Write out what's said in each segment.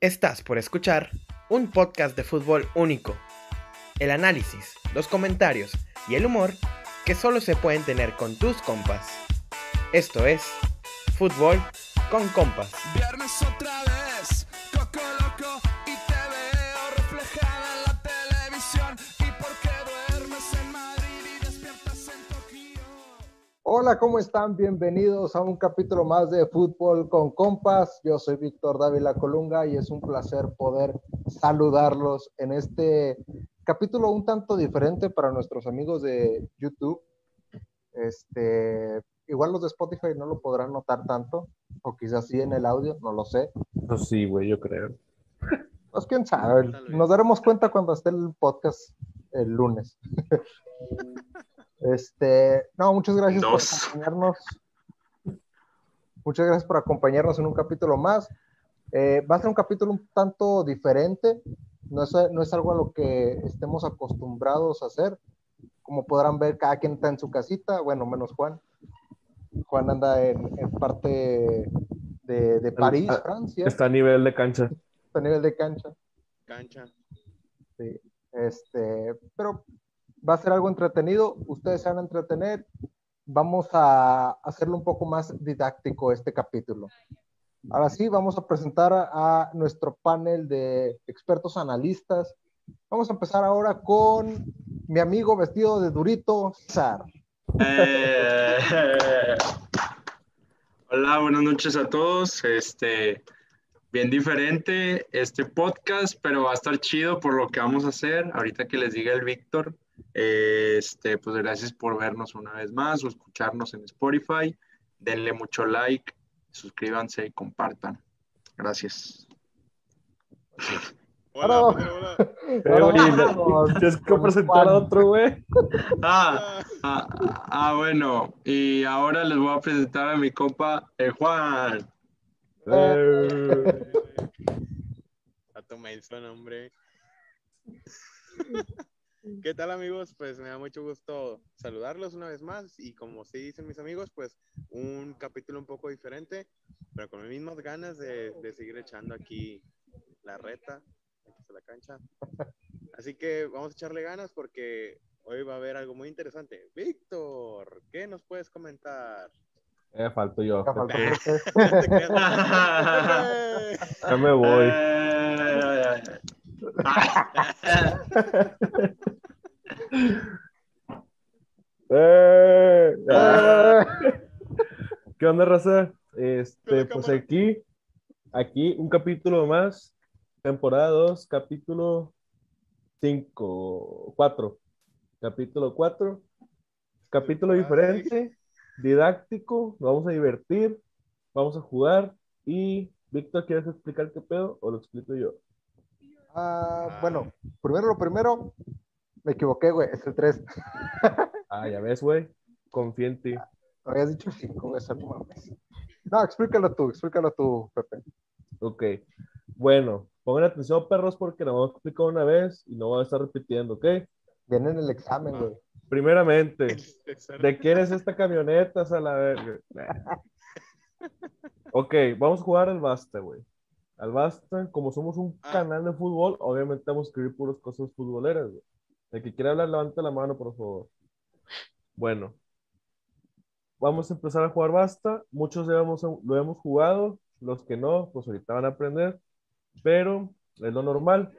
Estás por escuchar un podcast de fútbol único. El análisis, los comentarios y el humor que solo se pueden tener con tus compas. Esto es Fútbol con Compas. Viernes otra vez, coco loco y te veo reflejada en la televisión. ¿Y por qué duermes en Madrid y despiertas en Tokio? Hola, ¿cómo están? Bienvenidos a un capítulo más de Fútbol con Compas. Yo soy Víctor Dávila Colunga y es un placer poder saludarlos en este capítulo un tanto diferente para nuestros amigos de YouTube. Este, igual los de Spotify no lo podrán notar tanto, o quizás sí en el audio, no lo sé. No, sí, güey, yo creo. Pues quién sabe, nos daremos cuenta cuando esté el podcast el lunes. Este, no, muchas gracias Dos. por acompañarnos. Muchas gracias por acompañarnos en un capítulo más. Eh, va a ser un capítulo un tanto diferente, no es, no es algo a lo que estemos acostumbrados a hacer. Como podrán ver, cada quien está en su casita, bueno, menos Juan. Juan anda en, en parte de, de París, ah, Francia Está a nivel de cancha. a nivel de cancha. Cancha. Sí. Este, pero va a ser algo entretenido. Ustedes se van a entretener. Vamos a hacerlo un poco más didáctico este capítulo. Ahora sí, vamos a presentar a, a nuestro panel de expertos analistas. Vamos a empezar ahora con mi amigo vestido de Durito, César. Eh, Hola, buenas noches a todos. Este, bien diferente este podcast, pero va a estar chido por lo que vamos a hacer. Ahorita que les diga el Víctor, eh, este, pues gracias por vernos una vez más o escucharnos en Spotify. Denle mucho like, suscríbanse y compartan. Gracias. Ahora Hola, vamos. hola, hola. Eh, güey, Ahora la- vamos Tienes que con presentar Juan. a otro, güey. Ah, ah, ah, bueno, y ahora les voy a presentar a mi compa eh, Juan. Eh, A tu Mason, hombre. ¿Qué tal, amigos? Pues me da mucho gusto saludarlos una vez más. Y como sí dicen mis amigos, pues un capítulo un poco diferente, pero con las mismas ganas de, de seguir echando aquí la reta, aquí está la cancha. Así que vamos a echarle ganas porque hoy va a haber algo muy interesante. Víctor, ¿qué nos puedes comentar? eh, falto yo. Ya faltó usted. Te quedas- Ya me voy. Eh, Eh, eh. ¿Qué onda, raza? Este, Hola, pues cámara. aquí, aquí un capítulo más, temporada 2, capítulo 5, 4. Capítulo 4, capítulo Temporada diferente, didáctico, nos vamos a divertir, vamos a jugar y Víctor, ¿quieres explicar qué pedo o lo explico yo? Ah, bueno, primero lo primero. Me equivoqué, güey. Es el 3. Ah, ya ves, güey, confía en ti. Habías dicho cinco, esa no mames. No, explícalo tú, explícalo tú, Pepe. Ok. Bueno, pongan atención, perros, porque lo vamos a explicar una vez y no voy a estar repitiendo, ¿ok? Viene en el examen, güey. Primeramente, César. ¿de quién es esta camioneta? A la verga. Ok, vamos a jugar al basta, güey. Al basta, como somos un Ah. canal de fútbol, obviamente vamos a escribir puras cosas futboleras, güey. El que quiera hablar, levante la mano, por favor. Bueno, vamos a empezar a jugar basta. Muchos ya hemos- lo hemos jugado, los que no, pues ahorita van a aprender, pero es lo normal.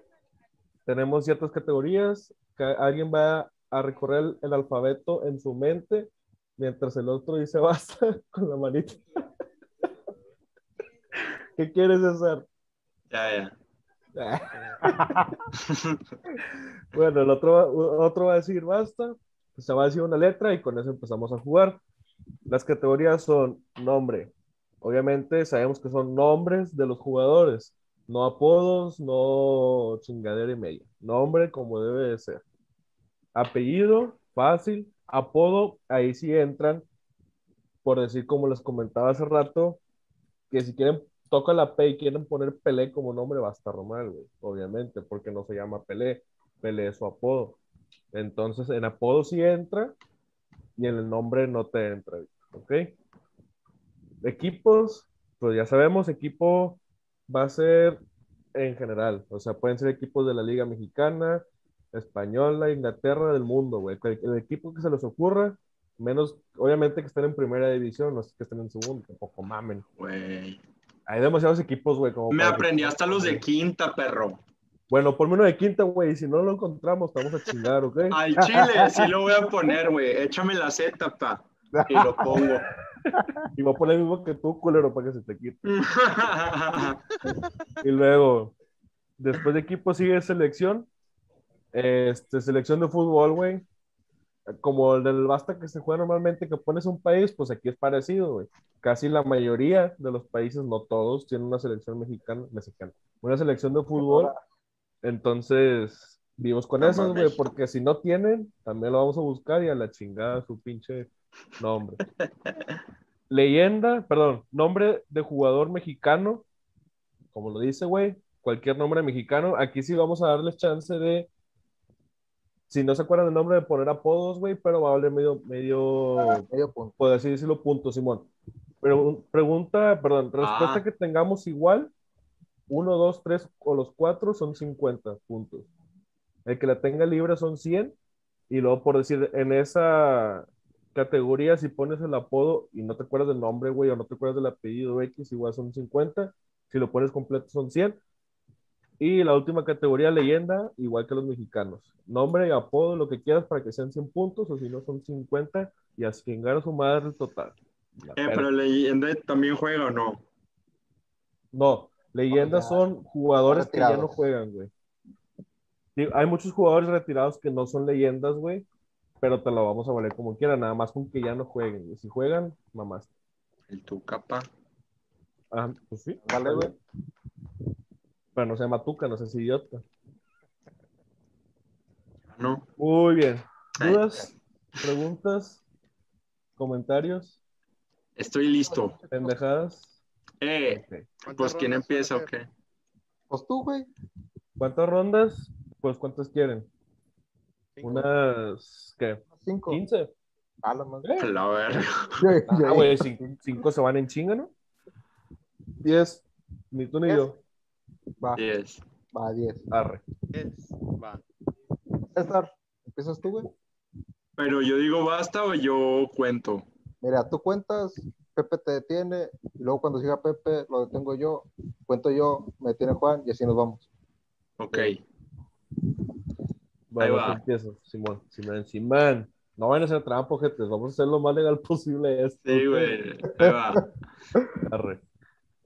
Tenemos ciertas categorías, que alguien va a recorrer el, el alfabeto en su mente, mientras el otro dice basta con la manita. ¿Qué quieres hacer? ya, ya. Eh, Bueno, el otro, va- otro va a decir basta, pues se va a decir una letra y con eso empezamos a jugar. Las categorías son nombre. Obviamente sabemos que son nombres de los jugadores, no apodos, no chingadera y media. Nombre como debe de ser. Apellido, fácil. Apodo, ahí sí entran, por decir como les comentaba hace rato, que si quieren, toca la P y quieren poner Pelé como nombre, va a estar mal, güey, obviamente, porque no se llama Pelé. Pelé es su apodo. Entonces, en apodo sí entra y en el nombre no te entra, ¿ok? Equipos, pues ya sabemos, equipo va a ser en general. O sea, pueden ser equipos de la Liga Mexicana, Española, Inglaterra, del mundo, güey. El, el equipo que se les ocurra, menos, obviamente, que estén en primera división, no es que estén en segunda, tampoco mamen. Güey. Hay demasiados equipos, güey. como Me para que- aprendí hasta los de quinta, perro. Bueno, por menos de quinta, güey. y Si no lo encontramos, te vamos a chingar, ¿ok? Al chile, sí lo voy a poner, güey. Échame la Z, pa. Y lo pongo. Eh, Y voy a poner el mismo que tú, culero, para que se te quite. Y luego, después de equipo sigue selección. Este, selección de fútbol, güey. Como el del basta que se juega normalmente, que pones un país, pues aquí es parecido, güey. Casi la mayoría de los países, no todos, tienen una selección mexicana, mexicana, una selección de fútbol. Entonces, vivos con No eso, mames. güey, porque si no tienen, también lo vamos a buscar y a la chingada su pinche nombre. Leyenda, perdón, nombre de jugador mexicano, como lo dice, güey, cualquier nombre mexicano. Aquí sí vamos a darles chance de, si no se acuerdan del nombre, de poner apodos, güey, pero va a valer medio, medio, Medio punto. por así decirlo, punto, Simón. Pregun- pregunta, perdón, respuesta Ah. que tengamos igual, uno, dos, tres o los cuatro son 50 puntos. El que la tenga libre son 100 y luego por decir, en esa categoría, si pones el apodo y no te acuerdas del nombre, güey, o no te acuerdas del apellido X, igual son 50. Si lo pones completo son 100. Y la última categoría, leyenda, igual que los mexicanos. Nombre y apodo, lo que quieras para que sean 100 puntos, o si no son 50, y a chingar a su madre el total. La Eh, verga. pero leyenda también juega o no. No, leyendas Ya. son jugadores que ya no Retirados. juegan, güey. Sí, hay muchos jugadores retirados que no son leyendas, güey, pero te lo vamos a valer como quiera, nada más con que ya no jueguen. güey. Si juegan, mamás. El tu capa. Ah, pues sí, Vale, güey. pero no sea matuca, no seas idiota. No. Eh, Muy bien. Ay, ¿Dudas? ¿Preguntas? ¿Comentarios? Estoy listo. ¿Pendejadas? Eh, Ok. pues ¿quién empieza o qué? Pues tú, güey. ¿Cuántas rondas? Pues ¿cuántas quieren? Una. Unas, ¿qué? Cinco. ¿15? A la madre. A La verga. Yo- yo- Ah, güey, cin- cinco se van en chinga, ¿no? Diez, ni tú ni Diez. yo. Va, Yes. va, diez. Arre. Es, va. César, empiezas tú, güey. Pero yo digo basta o yo cuento. Mira, tú cuentas, Pepe te detiene, y luego cuando siga Pepe, lo detengo yo, cuento yo, me detiene Juan, y así nos vamos. Ok. Bueno, va. tú empiezas, Simón, Simón, Simón. No van a hacer trampa, gente. Vamos a hacer lo más legal posible esto. Sí, güey. Ahí va. Arre.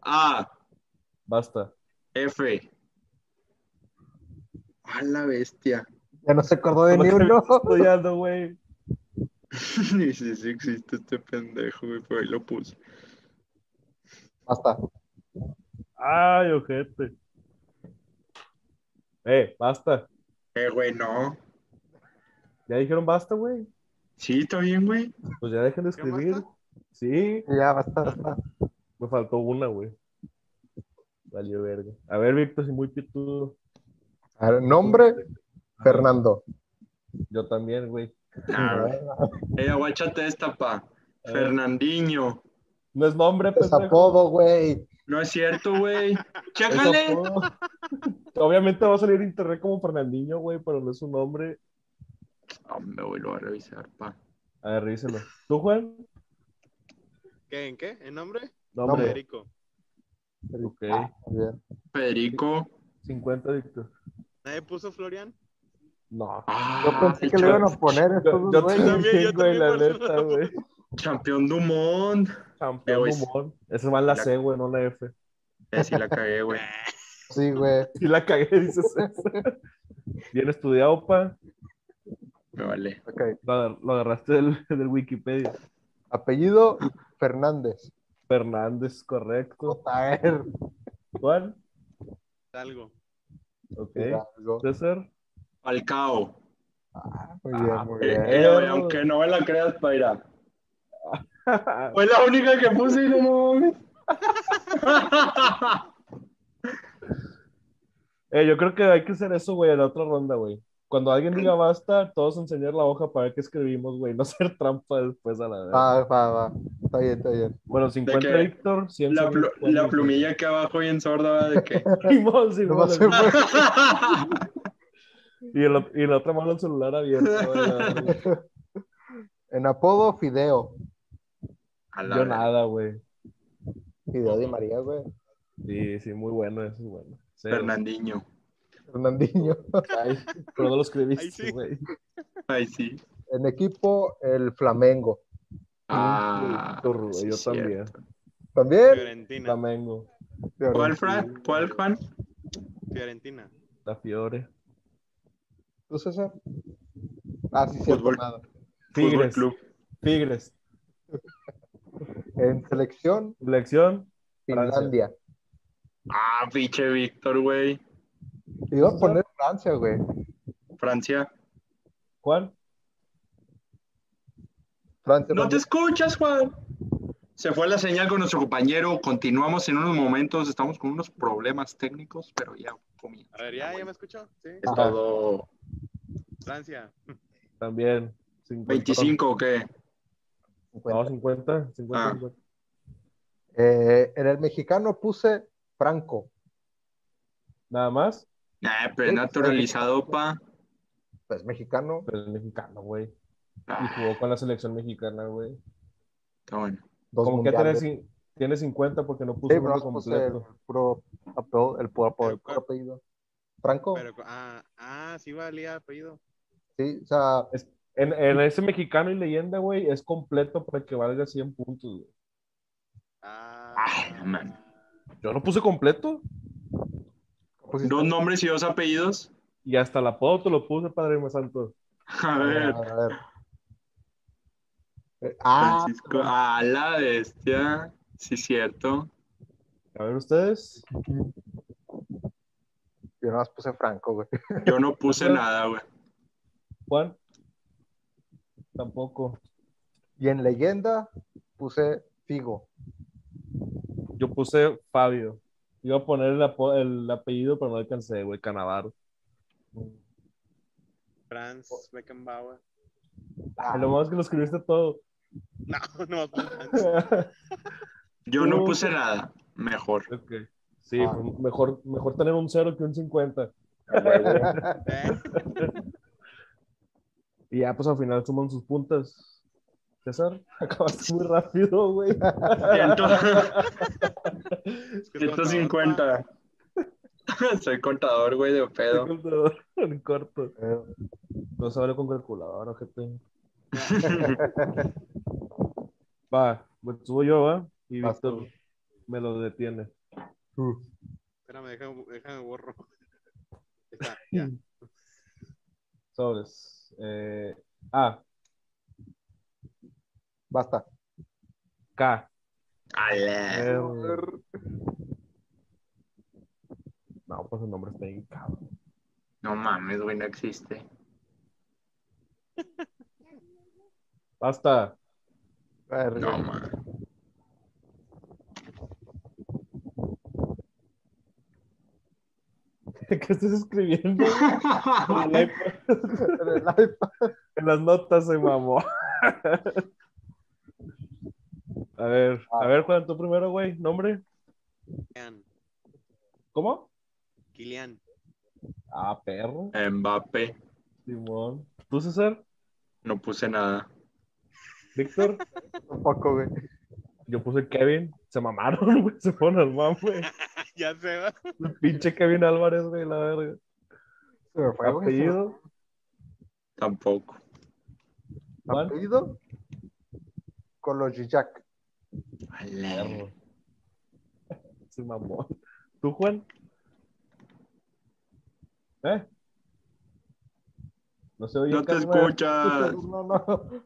A, Basta. F. A la bestia. Ya no se acordó de Como ni que uno. Estudiando, güey. Ni si sí existe este pendejo, güey, por ahí lo puse. Basta. Ay, ojete. Eh, basta. Eh, güey, no. Ya dijeron basta, güey. Sí, está bien, güey. Pues ya dejen de escribir. basta? Sí, Ya, basta, basta. me faltó una, güey. Valió verga. A ver, Víctor, si muy pitudo. A ver, nombre, Fernando. Yo también, güey. Ah, güey. Eh, aguáchate esta, pa. A Eh. ver. Fernandinho. No es nombre, Es pendejo. apodo, güey. No es cierto, güey. Es Chécale. apodo. Obviamente va a salir en internet como Fernandinho, güey, pero no es un nombre. Ah, me vuelvo a revisar, pa. A ver, díselo. ¿Tú, Juan? ¿Qué, ¿En qué? ¿En nombre? Nombre. Federico. Ok. Ah, Muy bien. Federico. 50, Víctor. ¿Nadie puso Florian? No. Ah, Yo pensé que le iban a poner estos Yo, dos yo güeyes. también, también, yo güey, la también, por neta, güey. Champión Dumont. Eh, Campeón güey. humor. Esa es más la La- C, güey, no la F. Eh, sí la cagué, güey. Sí, güey. Y la cagué, dices eso. Bien estudiado, pa. Me vale. Ok. Lo, agar- lo agarraste del, del Wikipedia. Apellido, Fernández. Fernández, correcto. J.R. Juan. Algo. Ok. Hidalgo. César. Falcao. Muy bien, muy Eh, bien. eh, güey, aunque no me la creas, Paira. Fue la única que puse y no mames. Eh, yo creo que hay que hacer eso, güey, en la otra ronda, güey. Cuando alguien diga basta, todos enseñar la hoja para ver qué escribimos, güey. No hacer trampa después a la vez. Va, va, va. Está bien, está bien. Bueno, 50 que Víctor, 100 La, plu- Víctor. la plumilla acá abajo bien sorda, ¿va? De que... Simón, Simón, Nomás se fue. y, el- y la otra mano el celular abierto. ¿verdad? En apodo, Fideo. A la Yo verga. nada, güey. Fideo de María, güey. Sí, sí, muy bueno, eso es bueno. Sí, Fernandinho. Fernandinho. Ay, pero no lo Ahí escribiste, sí. güey. Ay, sí. En equipo, el Flamengo. Ah, Víctor, güey, sí, yo cierto. también. También. Fiorentina. Flamengo, ¿Cuál, Fran? ¿Cuál, Juan? Fiorentina. La Fiore. ¿Tú, César? Ah, sí, cierto, Fútbol. nada. Fútbol Tigres, Club. Tigres. En selección, Selección, Francia. Finlandia. Ah, pinche Víctor, güey. Iba a poner Francia, güey. Francia. Juan. Francia. No también. te escuchas, Juan. Se fue la señal con nuestro compañero. Continuamos en unos momentos. Estamos con unos problemas técnicos, pero ya comienza. A ver, ya, ya me escuchó. Sí. Es Ajá. todo. Francia. También. 50. 25 o qué? No, 50. 50, Ah. 50. Eh, en el mexicano puse Franco. Nada más. Nah, Eh, pero es naturalizado, pa. Pues mexicano. Pero el mexicano, güey. Y Ah, jugó con la selección mexicana, güey. está bueno. Dos Como que mundiales. tiene, cin- tiene 50 porque no puso Sí, el nombre bro, puse el completo. puro apodo, el puro apodo, el puro Pero- apellido. Franco, Pero, ah, ah, sí valía apellido. sí, o sea, En, en ese mexicano y leyenda, güey, es completo para que valga 100 puntos, güey. Ah, Ay, no mames. Yo lo puse completo pusiste- Dos nombres y dos apellidos. y hasta la apodo te lo puse, Padre mío Santo. A ver. a ver. Eh, Ah, Francisco. A la bestia. Sí, cierto. A ver ustedes. yo nomás puse Franco, güey. Yo no puse nada, güey. Juan. Tampoco. Y en leyenda puse Figo. Yo puse Fabio. Iba a poner el, apo- el apellido, pero no alcancé, güey. Canavaro. Franz Beckenbauer. Ah, Lo más que lo escribiste todo. No, no, Franz. Yo no No. puse nada. Mejor. Ok. Sí, Ah. pues mejor, mejor tener un 0 que un 50. Eh, Y ya, pues al final suman sus puntas. César, acabaste muy rápido, güey. Ciento- es que es 150. contador, Soy contador, güey, de pedo. En corto. eh, No sabré con calculadora, gente. Va, me subo yo, ¿va? Y Vas Víctor me lo detiene. Espérame, déjame, déjame borro. Está, ya. Sobres. Eh, A, basta. K. Eh, A la- R. No, pues el nombre está ahí, cabrón. No mames, güey, no existe. Basta. A ver, No mames. ¿Qué estás escribiendo? En el iPad. en el iPad. En las notas se mamó. A ver, a ver, Juan, tú primero, güey. ¿Nombre? Kylian. ¿Cómo? Kylian. Ah, perro. Mbappé. Simón. ¿Tú, César? No puse nada. ¿Víctor? Tampoco, güey. Yo puse Kevin. Se mamaron, güey. Se fueron al mam, güey. Ya se va. Pinche Kevin Álvarez, güey, la verga. Se me fue, güey. se me- Apellido. Tampoco. Juan. Apellido. Jack. A la- Perro. Se mamó. ¿Tú, Juan? ¿Eh? No se oye. No te carnal. Ah. escuchas. No, no.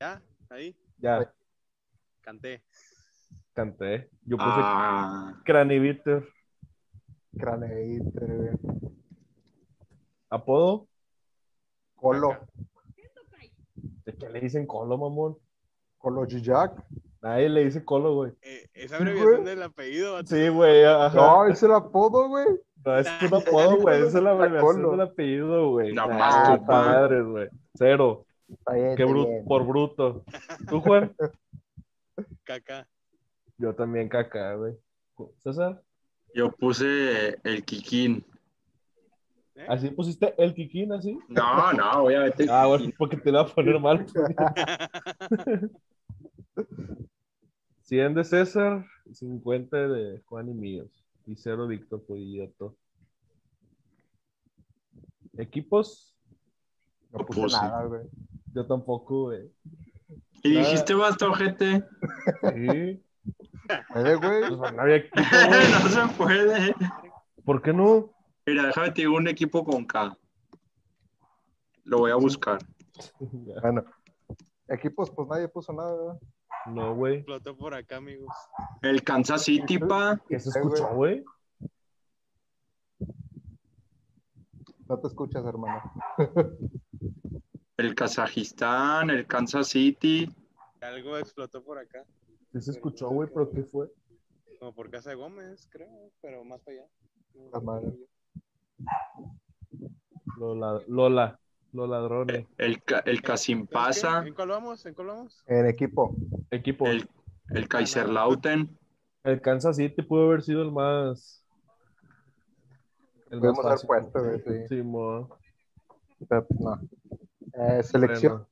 Ya, ahí. Pues, Ya, Canté. canté. Yo puse Ah, Crani Bitter. Craneíter, güey. ¿Apodo? Colo. ¿De qué le dicen colo, mamón? Jack. Nadie le dice colo, güey. Eh, Sí, esa abreviación güey. del apellido. vato. Sí, güey, No, ajá. es el apodo, güey. No, es un apodo, güey. Esa es la abreviación Colo. del apellido, güey. No, Nah, más ta tú, pa. madre, güey. Cero. Está bien, Qué está bru- bien. por bruto. ¿Tú, Juan? Caca. Yo también caca, güey. César, Yo puse el Kikín. ¿eh? ¿así pusiste el Kikín así? No, no, obviamente. el Ah, bueno, Kikín. porque te lo va a poner mal. 100 de César, 50 de Juan y míos. Y 0 Víctor Cudilloto. ¿Equipos? No No puse puse. nada, güey. Yo tampoco, güey. Y dijiste basta, ojete. Sí. Puede, ¿Eh, güey. Pues, no había equipo, güey. no se puede. ¿Por qué no? Mira, déjame te digo un equipo con K. Lo voy a buscar. Bueno. Equipos, pues nadie puso nada, ¿verdad? No, güey. Explotó por acá, amigos. El Kansas City, pa. ¿Qué se Eh, güey. escuchó, güey? No te escuchas, hermano. El Kazajistán, el Kansas City. Algo explotó por acá. ¿Qué se escuchó, güey? ¿Pero qué fue? Como por casa de Gómez, creo, pero más para allá. La madre. Lola, Lola, los ladrones. El, Ca- el Kasimpasa. ¿En cuál vamos? ¿En cuál vamos? En equipo. Equipo. El, el Kaiserlauten. El Kansas City pudo haber sido el más. El Podemos haber puesto, güey, sí. Sí, mo. Pero, pues, no. Eh, selección. Bueno.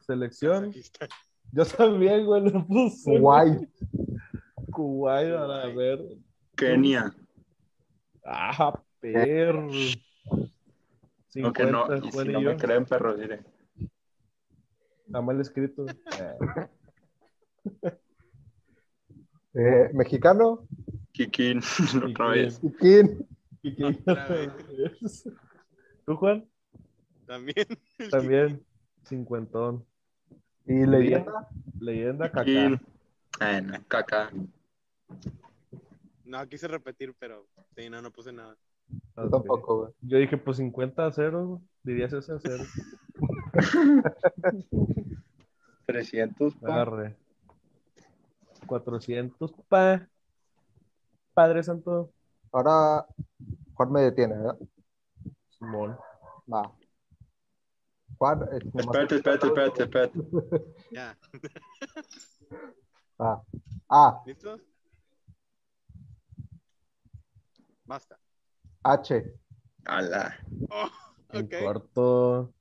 Selección. Aquí está. Yo también, güey, lo puse. Guay. Kuwait, a ver. Kenia. Ah, perro. 50, Aunque no, y si Juan y no yo. me creen, perros, diré. Está mal escrito. Eh, Eh, mexicano. Kikín, otra vez. ¿Y quién? ¿y qué? Otra ¿Tú, Juan? También. También. Cincuentón. ¿Y leyenda? Leyenda caca. Kikín. Eh, no, caca. No, quise repetir, pero sí, no, no puse nada. Yo tampoco, güey. Yo dije, pues 50 a 0, dirías ese a 0. 300, pa. Agarre. 400, pa. Padre Santo. Ahora, Juan me detiene, ¿verdad? Simón. Va. Juan, es nomás- Espérate, espérate, espérate, espérate. Ya. Ah. A, ¿Listos? Basta. H. Ala. En Ok. corto.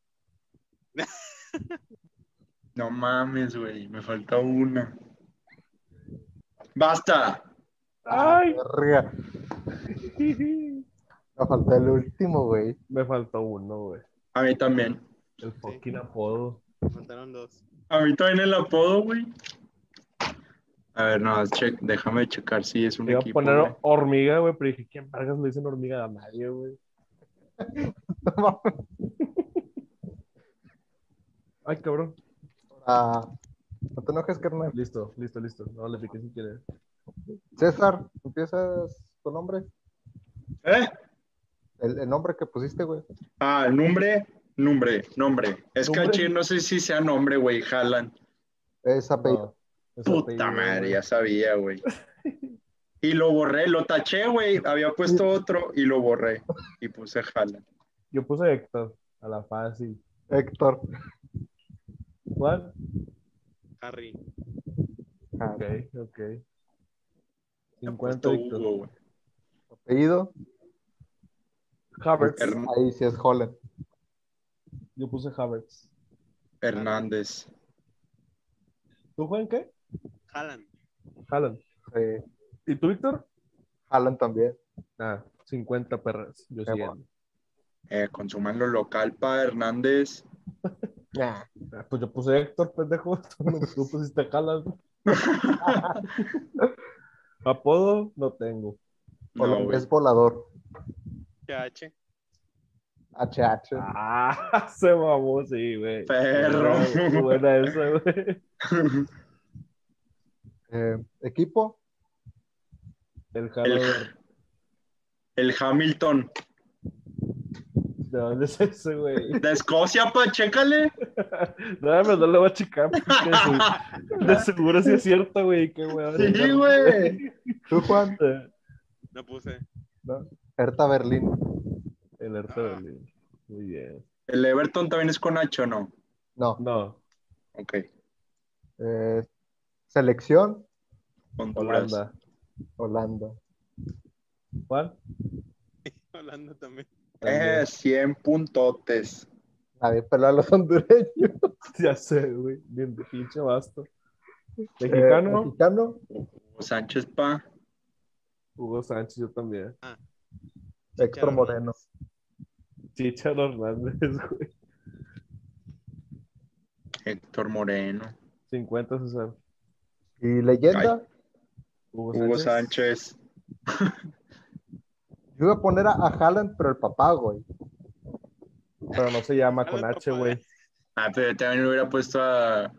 No mames, güey. Me falta una. ¡Basta! ¡Ay! Verga. Me faltó el último, güey. Me faltó uno, güey. A mí también. El fucking apodo. me Faltaron dos. A mí también el apodo, güey. A ver, no, che- déjame checar si es un Iba a equipo. poner güey. hormiga, güey, pero dije, ¿quién vergas le dicen hormiga a nadie, güey? Ay, cabrón. Ah, no te enojes, carnal. Listo, listo, listo. No le piqué si quiere. César, empiezas tu nombre. ¿Eh? El, el nombre que pusiste, güey. Ah, nombre, nombre, nombre. Es que ¿Nombre? al chile no sé si sea nombre, güey. Jalan. Es Ah. apellido. No, es Puta apellido, madre, güey. ya sabía, güey. Y lo borré, lo taché, güey. Había puesto otro y lo borré. Y puse Jalan. Yo puse Héctor a la fácil. Héctor. ¿Cuál? Harry. Ah, Ok, ok. 50 Puesto Héctor. Hugo, güey. Apellido. Havertz. Hern- Ahí sí es Holland. Yo puse Havertz. Hernández. ¿Tú, Juan, qué? Haaland. Haaland. Sí. ¿Y tú, Víctor? Haaland también. Ah, 50 perras. Yo Qué sí. bueno. Eh, consuman lo local para Hernández. Ah, Pues yo puse Héctor, pendejo. Tú, no- tú pusiste Haaland. Apodo no tengo. No, güey. es volador. TH. HH. Ah, se mamó, sí, güey. Perro. Buena, buena esa, güey. Eh, equipo. El El, Haaland. el Hamilton. ¿De dónde es ese, güey? De Escocia, pa, chécale. No, pero no lo voy a checar. porque De, seguro- de seguro sí es cierto, güey. Qué weón. Sí, güey. Tú, Juan. No puse. Hertha Berlín. El Hertha Berlín. Muy bien. El Everton también es con H, ¿o ¿no? No. No, Ok. Eh, Selección, Honduras. Holanda. Holanda. ¿Cuál? Holanda también. Eh, 100 puntotes. Nadie peló Ah, a los hondureños. Ya sé, güey. Bien de pinche basta. Eh, Mexicano, mexicano, Sánchez Pa. Hugo Sánchez, yo también. Héctor Moreno. Chicharo Hernández, güey. Héctor Moreno. 50, 60. Y leyenda, Hugo Hugo Sánchez. yo iba a poner a, a Haaland, pero el papá, güey. Pero no se llama con Haaland, eh, H, güey. Ah, pero yo también le hubiera puesto a, a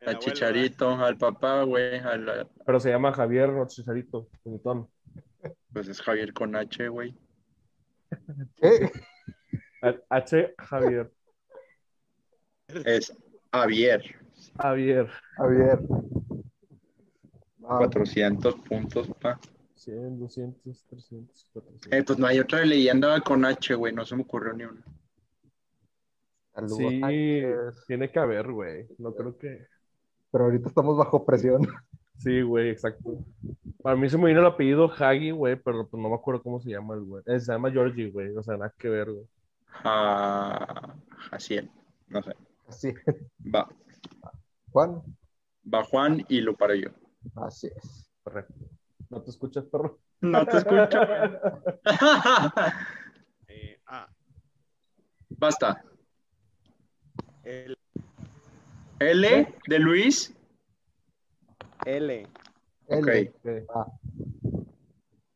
El abuelo, Chicharito, al papá, güey. a la- Pero se llama Javier no Chicharito. puñetón. Pues es Javier con H, güey. ¿Qué? H- H. Javier. Es Javier. Javier. Javier. Ah, 400 puntos, pa. 100, 200, 300, 400. Eh, pues no hay otra leyenda con H, güey. No se me ocurrió ni una. al Hugo Sí, Sánchez. tiene que haber, güey. No creo que. Pero ahorita estamos bajo presión. Sí, güey, exacto. Para mí se me vino el apellido Hagi, güey, pero pues, no me acuerdo cómo se llama el güey. Eh, Se llama Georgie, güey. O sea, nada que ver, güey. Ja... Jaciel. No sé. Así, Va, Juan. va Juan y lo paro yo. Así es. Correcto. No te escuchas, perro. No te escucho. Eh, ah, Basta. el L de Luis. L. L. Ok. Ok.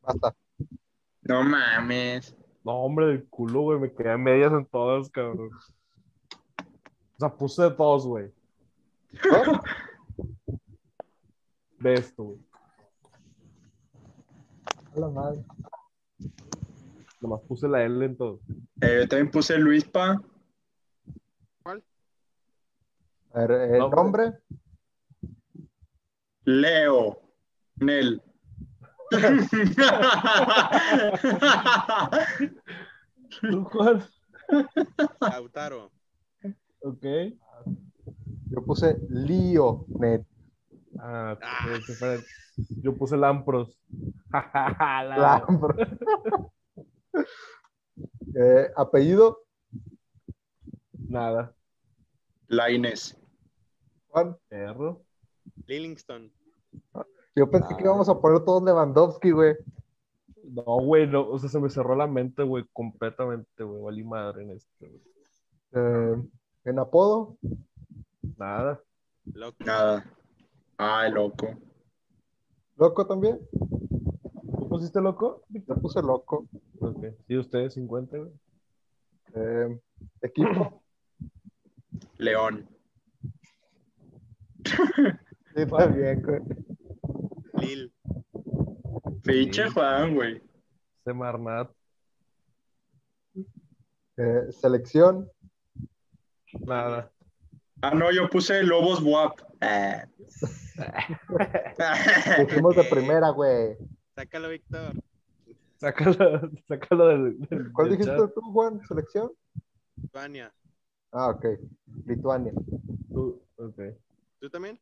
Basta. No mames. No, hombre, del culo, güey. Me quedé a medias en todas, cabrón. O sea, puse de todos, güey. ¿Ah? De esto, güey. A la madre. Nomás puse la L en todo. Eh, yo también puse Luis Pa. A ver, el Nombre. nombre. Leo. Nel. ¿Tú cuál? Lautaro. Ok. Yo puse Lío Net. Ah, pues, espera. Yo puse Lampros. La- La- Eh, apellido, Nada. Laines. Juan. Perro. Lillingston. Yo pensé que íbamos a poner todos Lewandowski, güey. No, güey, no, o sea, se me cerró la mente, güey, completamente, güey, valí madre en esto, güey. Eh, en apodo, Nada, Loco. Nada. Ay, loco. loco también. ¿tú pusiste loco? Yo puse loco. Ok, sí, ustedes 50, güey. Eh, equipo. León. Sí, también, güey. Lil. Pinche Juan, güey. Semarnat, Eh, selección. nada. Ah, no, yo puse Lobos Wap. Ah. Pusimos de primera, güey. Sácalo, Víctor. Sácalo, sácalo del, del- ¿Cuál del dijiste chat. tú, Juan? ¿Selección? Vania. Ah, ok. Lituania. Tú, ok. ¿Tú también?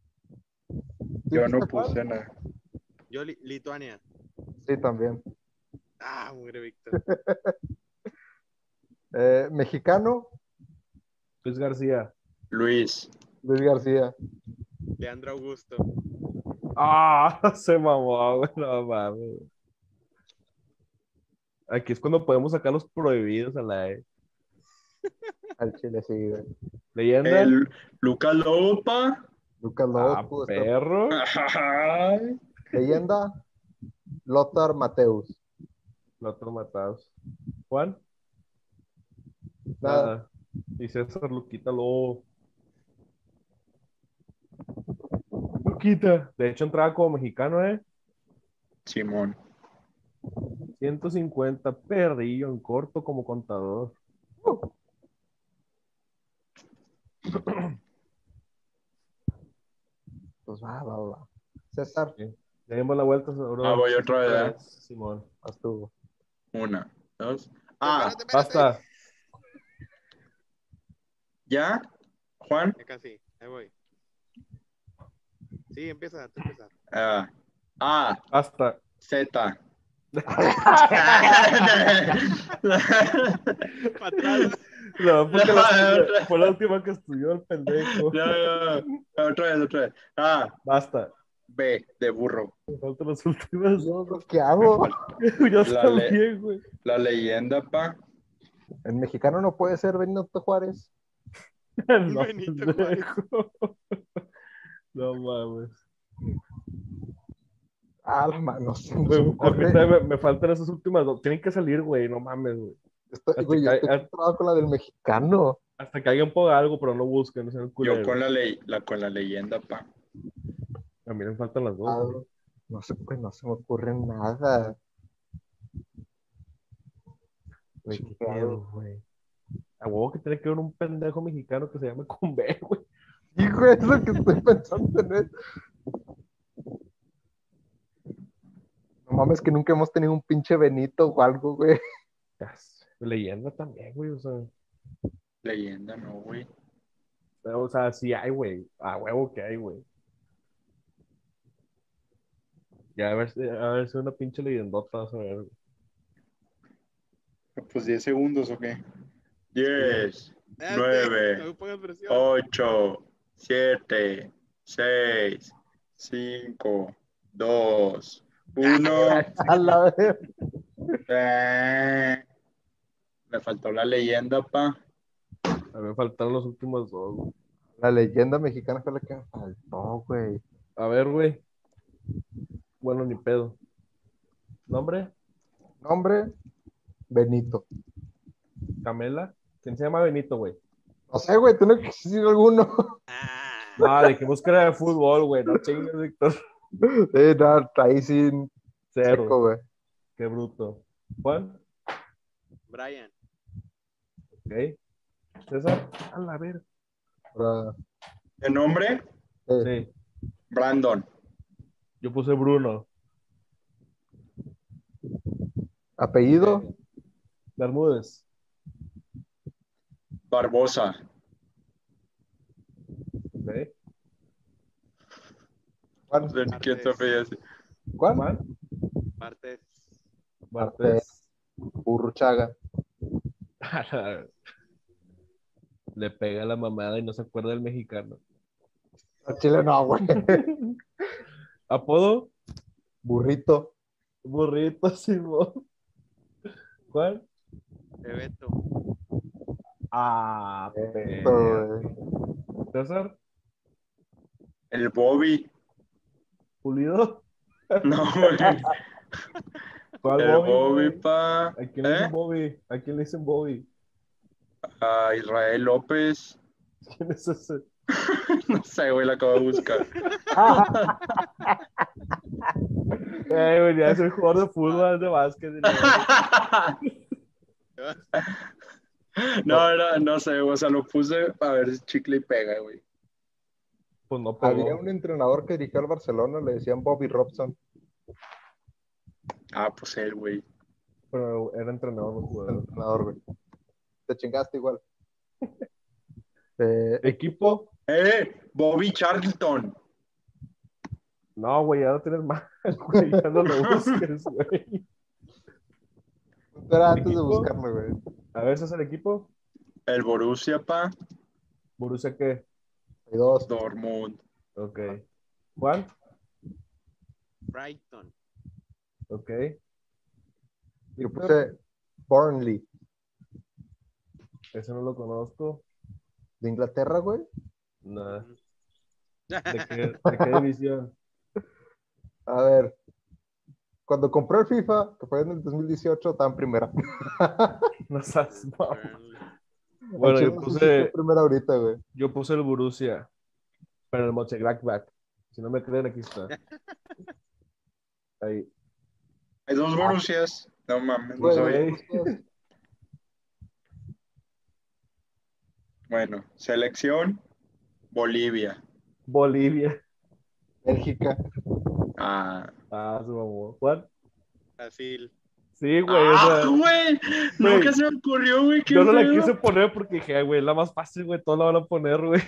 yo no ¿Dijiste cuál? puse nada. Yo, Li- Lituania. Sí, también. Ah, mugre, Víctor. Eh, mexicano, Luis García. Luis. Luis García. Leandro Augusto. Ah, se mamó, güey, no mames. Aquí es cuando podemos sacar los prohibidos a la E. Al Chile, sí, güey. Leyenda, El Lucas Lopa. Lucas Lobos ah, pudo estar- perro. Ay, Leyenda, Lothar Mateus. Los otro matados. Juan. Nada. Nada. Y César Luquita lo. Luquita. De hecho, entraba como mexicano, ¿eh? Simón. 150 perrillo en corto como contador. Pues va, va, va. César, Le dimos la vuelta. bro. Ah, voy otra vez, ¿eh? Simón. vas tú. Una, dos. Ah, Espérate, espérate. Basta. ya. Juan, Ya casi. Ahí voy. Sí, empieza, tú empieza. Ah, A, Hasta. Z. Pa' atrás. No, porque No, la- otra. fue la última que estudió el pendejo. No, no, otra vez, otra vez. A, Basta. B, de burro. Me faltan las últimas dos. ¿Qué hago? Yo La también, güey. La leyenda, pa. El mexicano no puede ser Benito Juárez. No, Benito Juárez. pendejo. No mames. Ah, la mano. sí, Güey, sí, a mí corte. también me, me faltan esas últimas dos. Tienen que salir, güey. No mames, güey. Estoy, güey, yo Hasta que- estoy controlado con la del mexicano. Hasta que alguien ponga algo, pero no busquen. No sean Yo culeros. con la, ley, la, con la leyenda, pa. A mí me faltan las dos. Ah, güey. No sé, pues no se me ocurre nada. Güey, qué pedo, güey. A huevo que tiene que ver un pendejo mexicano que se llama Conve, güey. Hijo, es lo que estoy pensando en eso. No mames, que nunca hemos tenido un pinche Benito o algo, güey. Ya sé. Leyenda también, güey. O sea, Leyenda, no, güey. o sea sí hay, güey. A huevo que hay, güey. Ya, a ver, si- a ver si una pinche leyendota vas a ver, güey. Pues 10 segundos, ¿o qué? 10, Ah, Nueve. Oh. sí, no me pongas presión. 8, 7, 6, 5, 2, 1. A la vez. Me faltó la leyenda, pa. A mí me faltaron los últimos dos, güey. La leyenda mexicana fue la que me faltó, güey. A ver, güey. Bueno, ni pedo. ¿Nombre? Nombre, Benito. ¿Camela? ¿Quién se llama Benito, güey? No sé, güey, tiene que existir alguno. Ah, Ah, de que busca de fútbol, güey. No chingues, Víctor. Sí, Eh, no, ahí sin Cero. seco, güey. Qué bruto. Juan, Brian. ok. César, a la ver. Ahora, ¿De nombre? eh, Sí, Brandon. yo puse Bruno. Apellido, Bermúdez. Barbosa. Ok. Juan, No sé ni ¿Quién te apellida así. Juan, Juan, Martes. Bartes. Burruchaga. A la ver. Le pega la mamada y no se acuerda del mexicano. No, Chile no, güey. Apodo, Burrito, burrito, Simón. Juan. Bebeto. Ah, Esto, güey. César, El Bobby. Pulido. No, güey. ¿Cuál El Bobby, Bobby, güey? pa. ¿A quién le ¿Eh? dicen Bobby? ¿A quién le dicen Bobby? A Israel López. ¿Quién es ese? No sé, güey, la acabo de buscar. Eh, güey, ya es el jugador de fútbol, de básquet. de- No, no, no sé, o sea, lo puse a ver si chicle y pega, güey. Pues no Había pegó. un entrenador que dirigió al Barcelona, le decían Bobby Robson, Ah, pues él, güey. Pero era entrenador, no jugador. entrenador, güey. Te chingaste igual. Eh, Equipo. ¡Eh! Bobby Charlton. No, güey, ya no tienes más, güey. Ya no lo busques, güey. era antes de ¿Equipo? buscarlo, güey. A ver, ese es el equipo. El Borussia, pa. Borussia, ¿qué? Hay dos. Dortmund. Ok. Juan. Brighton. Ok. Yo puse Burnley, Ese no lo conozco. de Inglaterra, güey. Nada. ¿De qué, de qué división? A ver. Cuando compré el FIFA, que fue en el 2018, estaba en primera. No sabes, mamá. Burnley. Bueno, Al yo chile no sé si estoy puse, en primera ahorita, güey. yo puse el Borussia. Pero el Mönchengladbach. Si no me creen, aquí está. Ahí. Hay dos Borussias. No mames, no Güey, sabía. Ah. Pues, güey. puse Bueno, selección. Bolivia. Bolivia. Bélgica. Ah. Ah, se mamó. Juan. Brasil. Sí, güey. o sea, ¡Ah, güey! Nunca güey. se me ocurrió, güey. qué yo no la pedo. quise poner porque dije, "Ay, güey, es la más fácil, güey. Todos la van a poner, güey.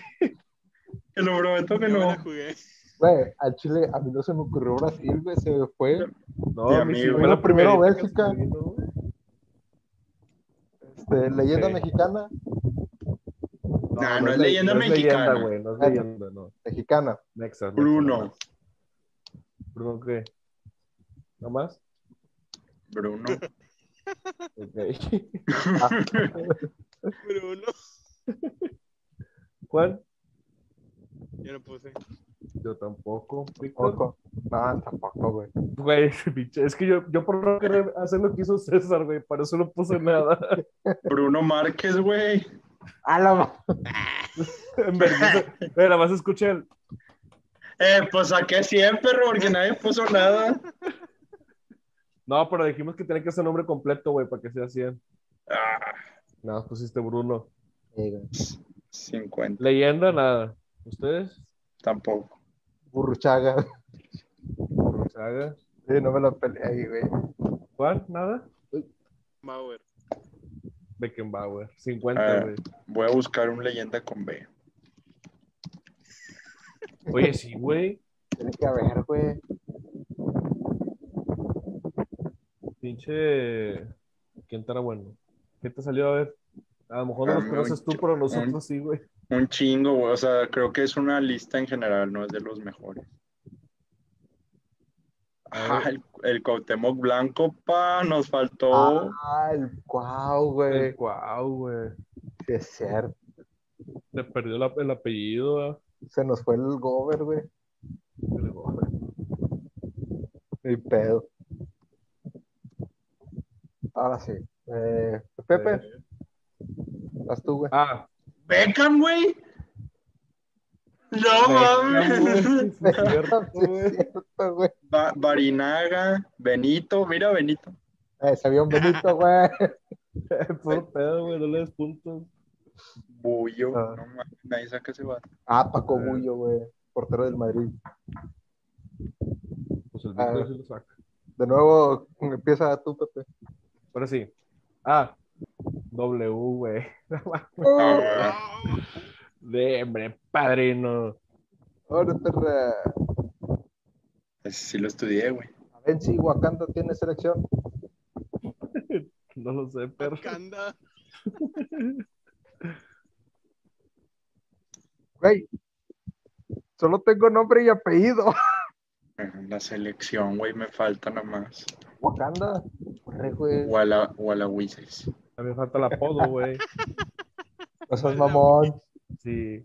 Te lo prometo que Yo me la no. jugué. Güey, al Chile a mí no se me ocurrió Brasil, güey, se me fue. No, Sí, a a mí mí, sí güey. me Bueno, primero Bélgica, Bélgica. Este, leyenda Sí. mexicana, No, no, le- es leyenda no es mexicana. leyenda, güey, no es leyenda, no. mexicana. Nexa, Nexa, Bruno. Bruno, ¿qué? ¿No más? Bruno. Ok. Ah. Bruno. ¿Cuál? Yo no puse. Yo tampoco. Víctor. Tampoco. No, tampoco, güey. Güey, pinche, es que yo, yo por no querer hacer lo que hizo César, güey, para eso no puse nada. Bruno Márquez, güey. A la ma- En verdad, güey, nada más escuché el. Eh, pues saqué siempre, porque nadie puso nada. No, pero dijimos que tenía que ser nombre completo, güey, para que sea 100. Ah, Nada, más pusiste Bruno. Sí, güey. 50. Leyenda, nada. ¿Ustedes? Tampoco. Burruchaga. ¿Saga? Sí, no me la peleé ahí, güey. ¿Cuál? ¿Nada? Bauer. Beckenbauer. 50, Ah. güey. Voy a buscar un leyenda con B. Oye, sí, güey. Tiene que haber, güey. Pinche. ¿Quién estará bueno? ¿Qué te salió a ver? A lo mejor no los Ah, conoces tú, mucho. pero nosotros sí, güey. Un chingo, güey. O sea, creo que es una lista en general, no es de los mejores. Ah, el, el Cuauhtémoc Blanco, pa, nos faltó. Ah, el guau, güey. Eh, Guau, güey. Sí, es cierto. Le perdió la- el apellido, ah. Se nos fue el gober, güey. El gober. El pedo. Ahora sí. Eh, Pepe, Eh, vas tú, güey. Ah, Beckham, güey. No mames. Sí, es cierto, Sí, güey. es cierto, güey. Ba- Barinaga, Benito, mira Benito. Eh, se vio un Benito, güey. Puro pedo, güey, no le des puntos. Bullo, Ah. no mames, nadie saca ese vato. Ah, Paco Eh. Bullo, güey. Portero del Madrid. Pues el Ah. Víctor sí lo saca. De nuevo, empieza tú, Pepe. Ahora sí. Ah, W, güey. Ah, De hombre, padrino. Ahora, perra. ese sí lo estudié, güey. A ver si Wakanda tiene selección. No lo sé, pero. Wakanda. Güey, solo tengo nombre y apellido. La selección, güey, me falta nada más. Wakanda. Corre, güey. Walla, Walla Wizards. A mí me falta el apodo, güey. No seas mamón. Sí.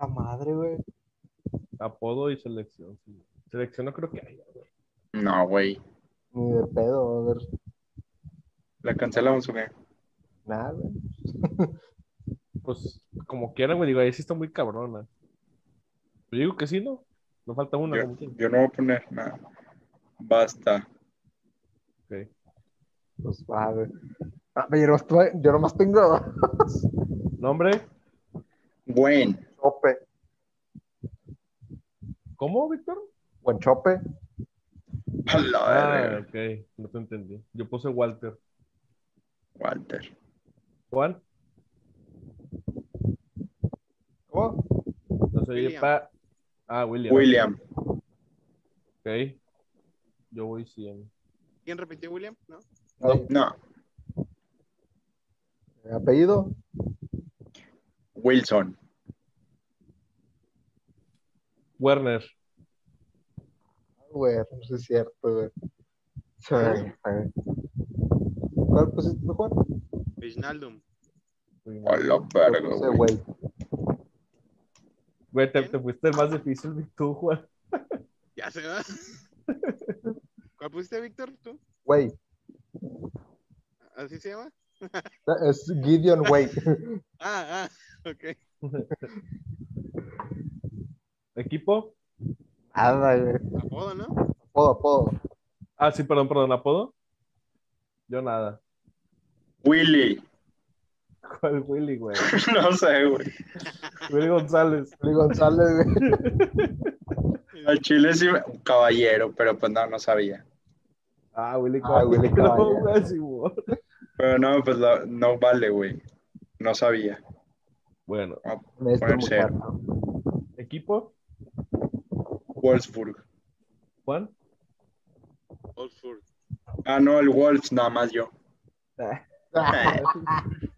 La madre, güey. Apodo y selección. sí. Selección no creo que haya, güey. No, güey. Ni de pedo, a ver. La cancelamos, güey. Nada, güey. Pues como quieran, güey. Digo, ahí sí está muy cabrona. Yo digo que sí, ¿no? No falta una. Yo, como quiera. yo no voy a poner nada. Basta. Ok. Pues va, güey. Ah, pero yo nomás tuve- yo nomás tengo ¿Nombre? Buen. chope. ¿Cómo, Víctor? Buen chope. A la Ah, verga, ok. No te entendí. Yo puse Walter. Walter. ¿Cuál? ¿Cómo? No sé, William. pa- Ah, William. William. Ok. Yo voy 100. ¿Quién repitió, William? ¿No? Ay, No. Apellido. Wilson. Werner. Ah, Güey, no sé si es cierto, güey. Sí, güey. ¿Cuál pusiste tú, Juan? Pues, Wijnaldum. A la Yo verga, puse, güey. güey. Güey, te, te fuiste el más difícil, Vic, tú, Juan. Ya se va. ¿Cuál pusiste, Víctor? ¿Tú? Güey. ¿Así se llama? Es Gideon, güey. Ah, ah, ok. ¿Equipo? Nada, güey. Apodo, ¿no? Apodo, apodo. Ah, sí, perdón, perdón, apodo. Yo nada. Willy. ¿Cuál Willy, güey? No sé, güey. Willy González. Luis González, güey. Al Chile sí, me- un caballero, pero pues no, no sabía. Ah, Willy Ah, Willy No, Caballero. güey, sí, güey. Pero no, pues la- no vale, güey. No sabía. Bueno, de este Puede ser. muchacho. equipo, Wolfsburg. Juan. Oxford. Ah, no, el Wolves, nada más yo. Eh.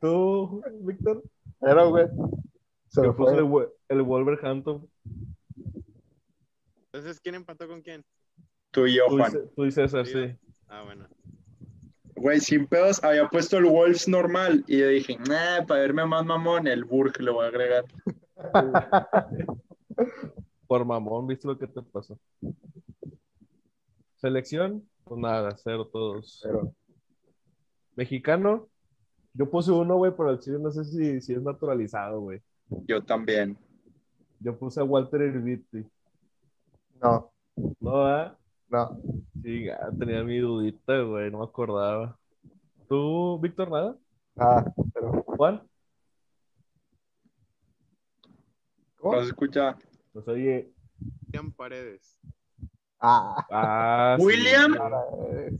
Tú, Víctor. Ah, Pero, güey, se Yo lo puse el, fue. Wo- el Wolverhampton. Entonces, ¿quién empató con quién? Tú y yo, Tú Juan. dices, tú y César, Sí. sí. Ah, bueno. Güey, sin pedos, había puesto el Wolves normal y yo dije, nah, para verme más mamón, el Burg le voy a agregar. Por mamón, ¿viste lo que te pasó? Selección, pues nada, cero todos. Pero, Mexicano, yo puse uno, güey, pero el chile no sé si, si es naturalizado, güey. Yo también. Yo puse a Walter Irviti. no, No, ¿verdad? no. Sí, ah, tenía mi dudita, güey, no me acordaba. ¿Tú, Víctor, nada? Nada, pero. ¿Juan? ¿cómo? ¿No se escucha? Pues oye. Cristian Paredes. Ah, Ah, sí, William. güey. eh,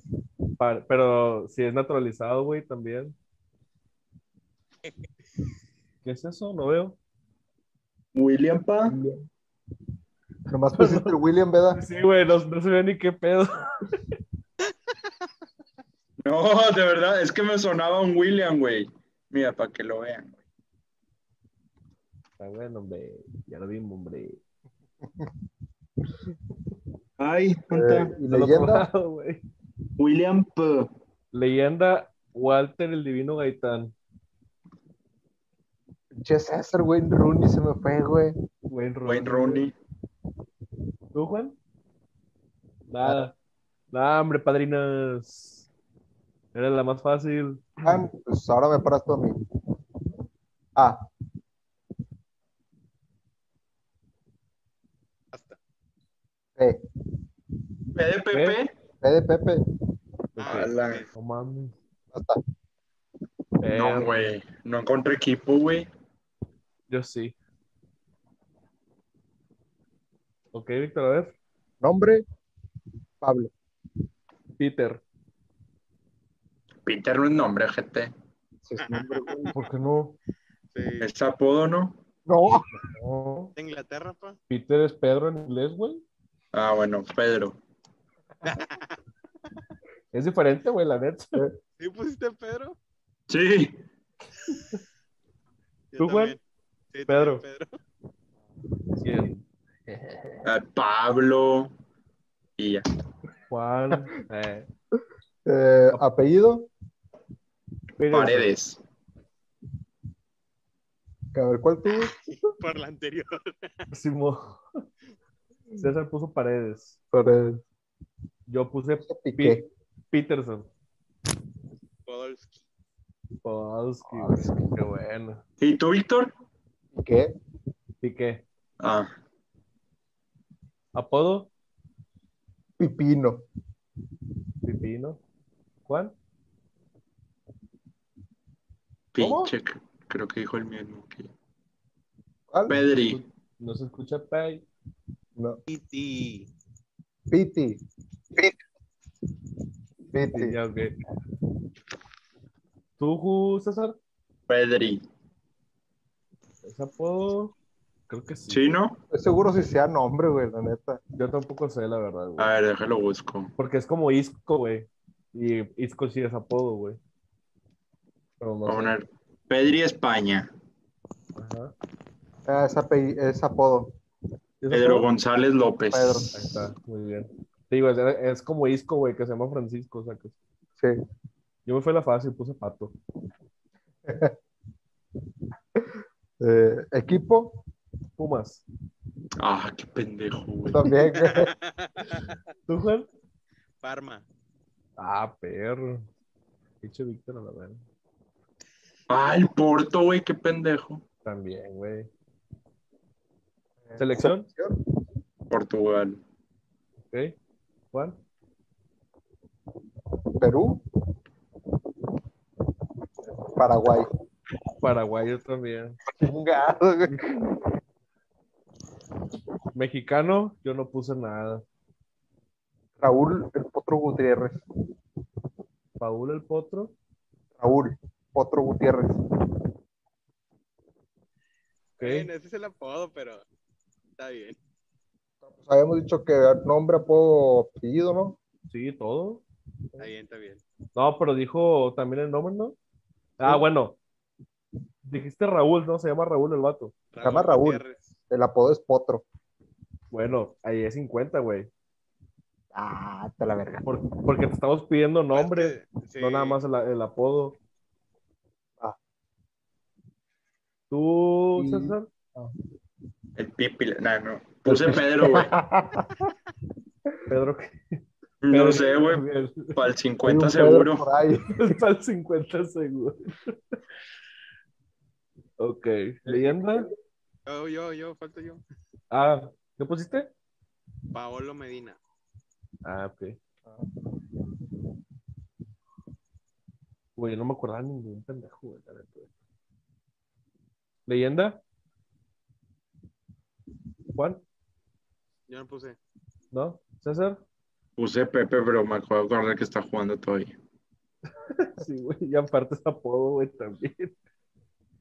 Pa- pero si es naturalizado, güey, también. ¿Qué es eso? No veo. William, pa. William. Nomás pusiste el William, ¿verdad? Sí, güey, no, no se ve ni qué pedo. No, de verdad, es que me sonaba un William, güey. Mira, para que lo vean. güey. Está bueno, hombre. Ya lo vimos, hombre. Ay, Eh, ¿dónde y Del otro leyenda, lado, güey. William, P. Leyenda Walter el Divino Gaitán. che César, güey, Rooney se me fue, güey. Wayne Rooney. Wayne Rooney. ¿Tú, Juan? Nada. Nada, hombre, padrinas. Era la más fácil. Ah, pues ahora me paras tú a mí. Ah, Hasta. eh, PDPP. P de Pepe. Ah, la- Eh. sí. No mames. Eh, Hasta. Perro. No, güey. No encontré equipo, güey. Yo sí. Ok, Víctor, a ver. Nombre, Pablo. Peter. Peter no es nombre, gente. Ese es nombre, güey. ¿Por qué no? Sí. Es apodo, ¿no? No, No. ¿De Inglaterra, pa? Peter es Pedro en inglés, güey. Ah, bueno, Pedro. Es diferente, güey, la neta. ¿Sí pusiste Pedro? Sí. Yo ¿Tú, Juan? también. Sí, Pedro. también Pedro. Sí, Ah, Pablo. Y ya. Juan. Eh. eh, apellido, Paredes. que a ver cuál tuvo. Por la anterior. Simón. César puso paredes. Pero, Yo puse Piqué. Pi- Peterson. Podolski. Podolski, Ah, güey. sí. Qué bueno. ¿Y tú, Víctor? ¿Qué? Piqué. Ah, Apodo, Pipino. Pipino. Juan, ¿Cómo? pinche. c- Creo que dijo el mismo. que- ¿Cuál? Pedri. no se escucha Pay. No. Piti. Piti. Piti. Sí, ya, ok. ¿Tú, Ju, César? Pedri. ¿Es apodo? Creo que sí. ¿Sí, no? Estoy seguro si sea nombre, güey, la neta. Yo tampoco sé, la verdad, güey. A ver, déjalo busco. Porque es como Isco, güey. Y Isco sí es apodo, güey. Pero no Voy a sé. poner Pedri España. Ajá. Ah, es, ape- es apodo. ¿Es Pedro apodo? González López. Pedro. Ahí está, muy bien. Te digo, es, es como Isco, güey, que se llama Francisco, o sea que Sí. Yo me fui a la fase y puse pato. Eh, equipo, Pumas. Ah, qué pendejo, güey. también. güey. ¿Tú, Juan? Parma. Ah, perro. Dicho Víctor, a la verdad. Ah, el Porto, güey, qué pendejo. También, güey. Selección, Portugal. ok. Juan, Perú. Paraguay. paraguayo también. Chingado, güey. Mexicano, yo no puse nada. Raúl el Potro Gutiérrez. Paul el Potro, Raúl Potro Gutiérrez. Bueno, ese es el apodo, pero está bien. Pues habíamos dicho que nombre, apodo, apellido, ¿no? Sí, todo. Está bien, está bien. No, pero dijo también el nombre, ¿no? Ah, bueno. Dijiste Raúl, ¿no? Se llama Raúl el vato. llama Raúl. Gutiérrez. El apodo es Potro. Bueno, ahí es 50, güey. Ah, te la verga. Por- porque te estamos pidiendo nombre, Pues que- no sí. nada Este, más el, el apodo. Ah. ¿Tú, Mm. Y- César? El Pipi, nah, no. Puse Pedro, güey. Pedro, ¿qué? No sé, güey. Es Hay Para el un 50 Pedro seguro. por ahí. para el 50 seguro. Ok. ¿Leyenda? Yo, yo, yo, falta yo. Ah, ¿qué pusiste? Paolo Medina. Ah, ok. Güey, no me acordaba de ningún pendejo, güey, la neta. ¿Leyenda? ¿Juan? Yo no puse. ¿No? ¿César? Puse Pepe, pero me acuerdo acordar que está jugando todavía. Sí, güey, y aparte es apodo, güey, también.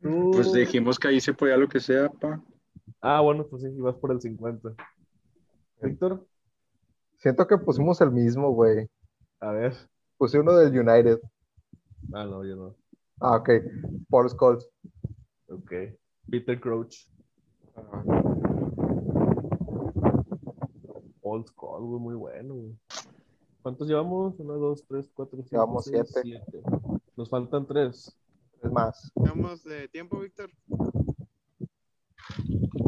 Tú- Pues dijimos que ahí se podía lo que sea, pa. Ah, bueno, pues sí, ibas por el 50. Víctor, Siento que pusimos el mismo, güey. a ver. Puse uno del United. Ah, no, yo no. Ah, ok. Paul Scholes. Ok. Peter Crouch. Old School, güey, muy bueno, güey. ¿Cuántos llevamos? Uno, dos, tres, cuatro, cinco, Llevamos seis, siete. Nos faltan tres. Es más. ¿Estamos de tiempo, Víctor?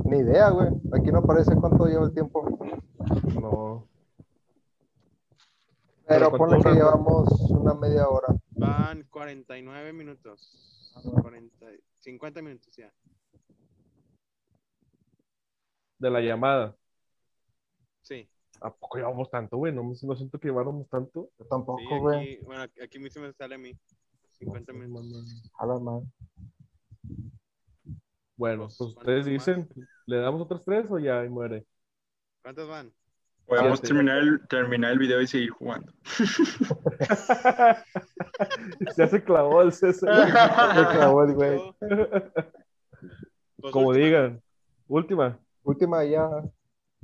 Ni idea, güey. Aquí no aparece cuánto lleva el tiempo. No. Pero Pero ponle que ¿cuánto dura? llevamos una media hora. Van 49 minutos. 40, 50 minutos ya. De la llamada. Sí. ¿A poco llevamos tanto, güey? No, me- no siento que lleváramos tanto. Yo sí, tampoco, güey. aquí, bueno, aquí mismo me sale a mí. 50 minutos. Jala, man. Bueno, pues Pues, ¿cuántos ustedes dicen, ¿le damos otros tres o ya y muere? ¿Cuántos van? Podemos Siete. terminar el, terminar el video y seguir jugando. ya se clavó el César. Se clavó el güey. Yo, pues, Como última. digan. Última. Última ya.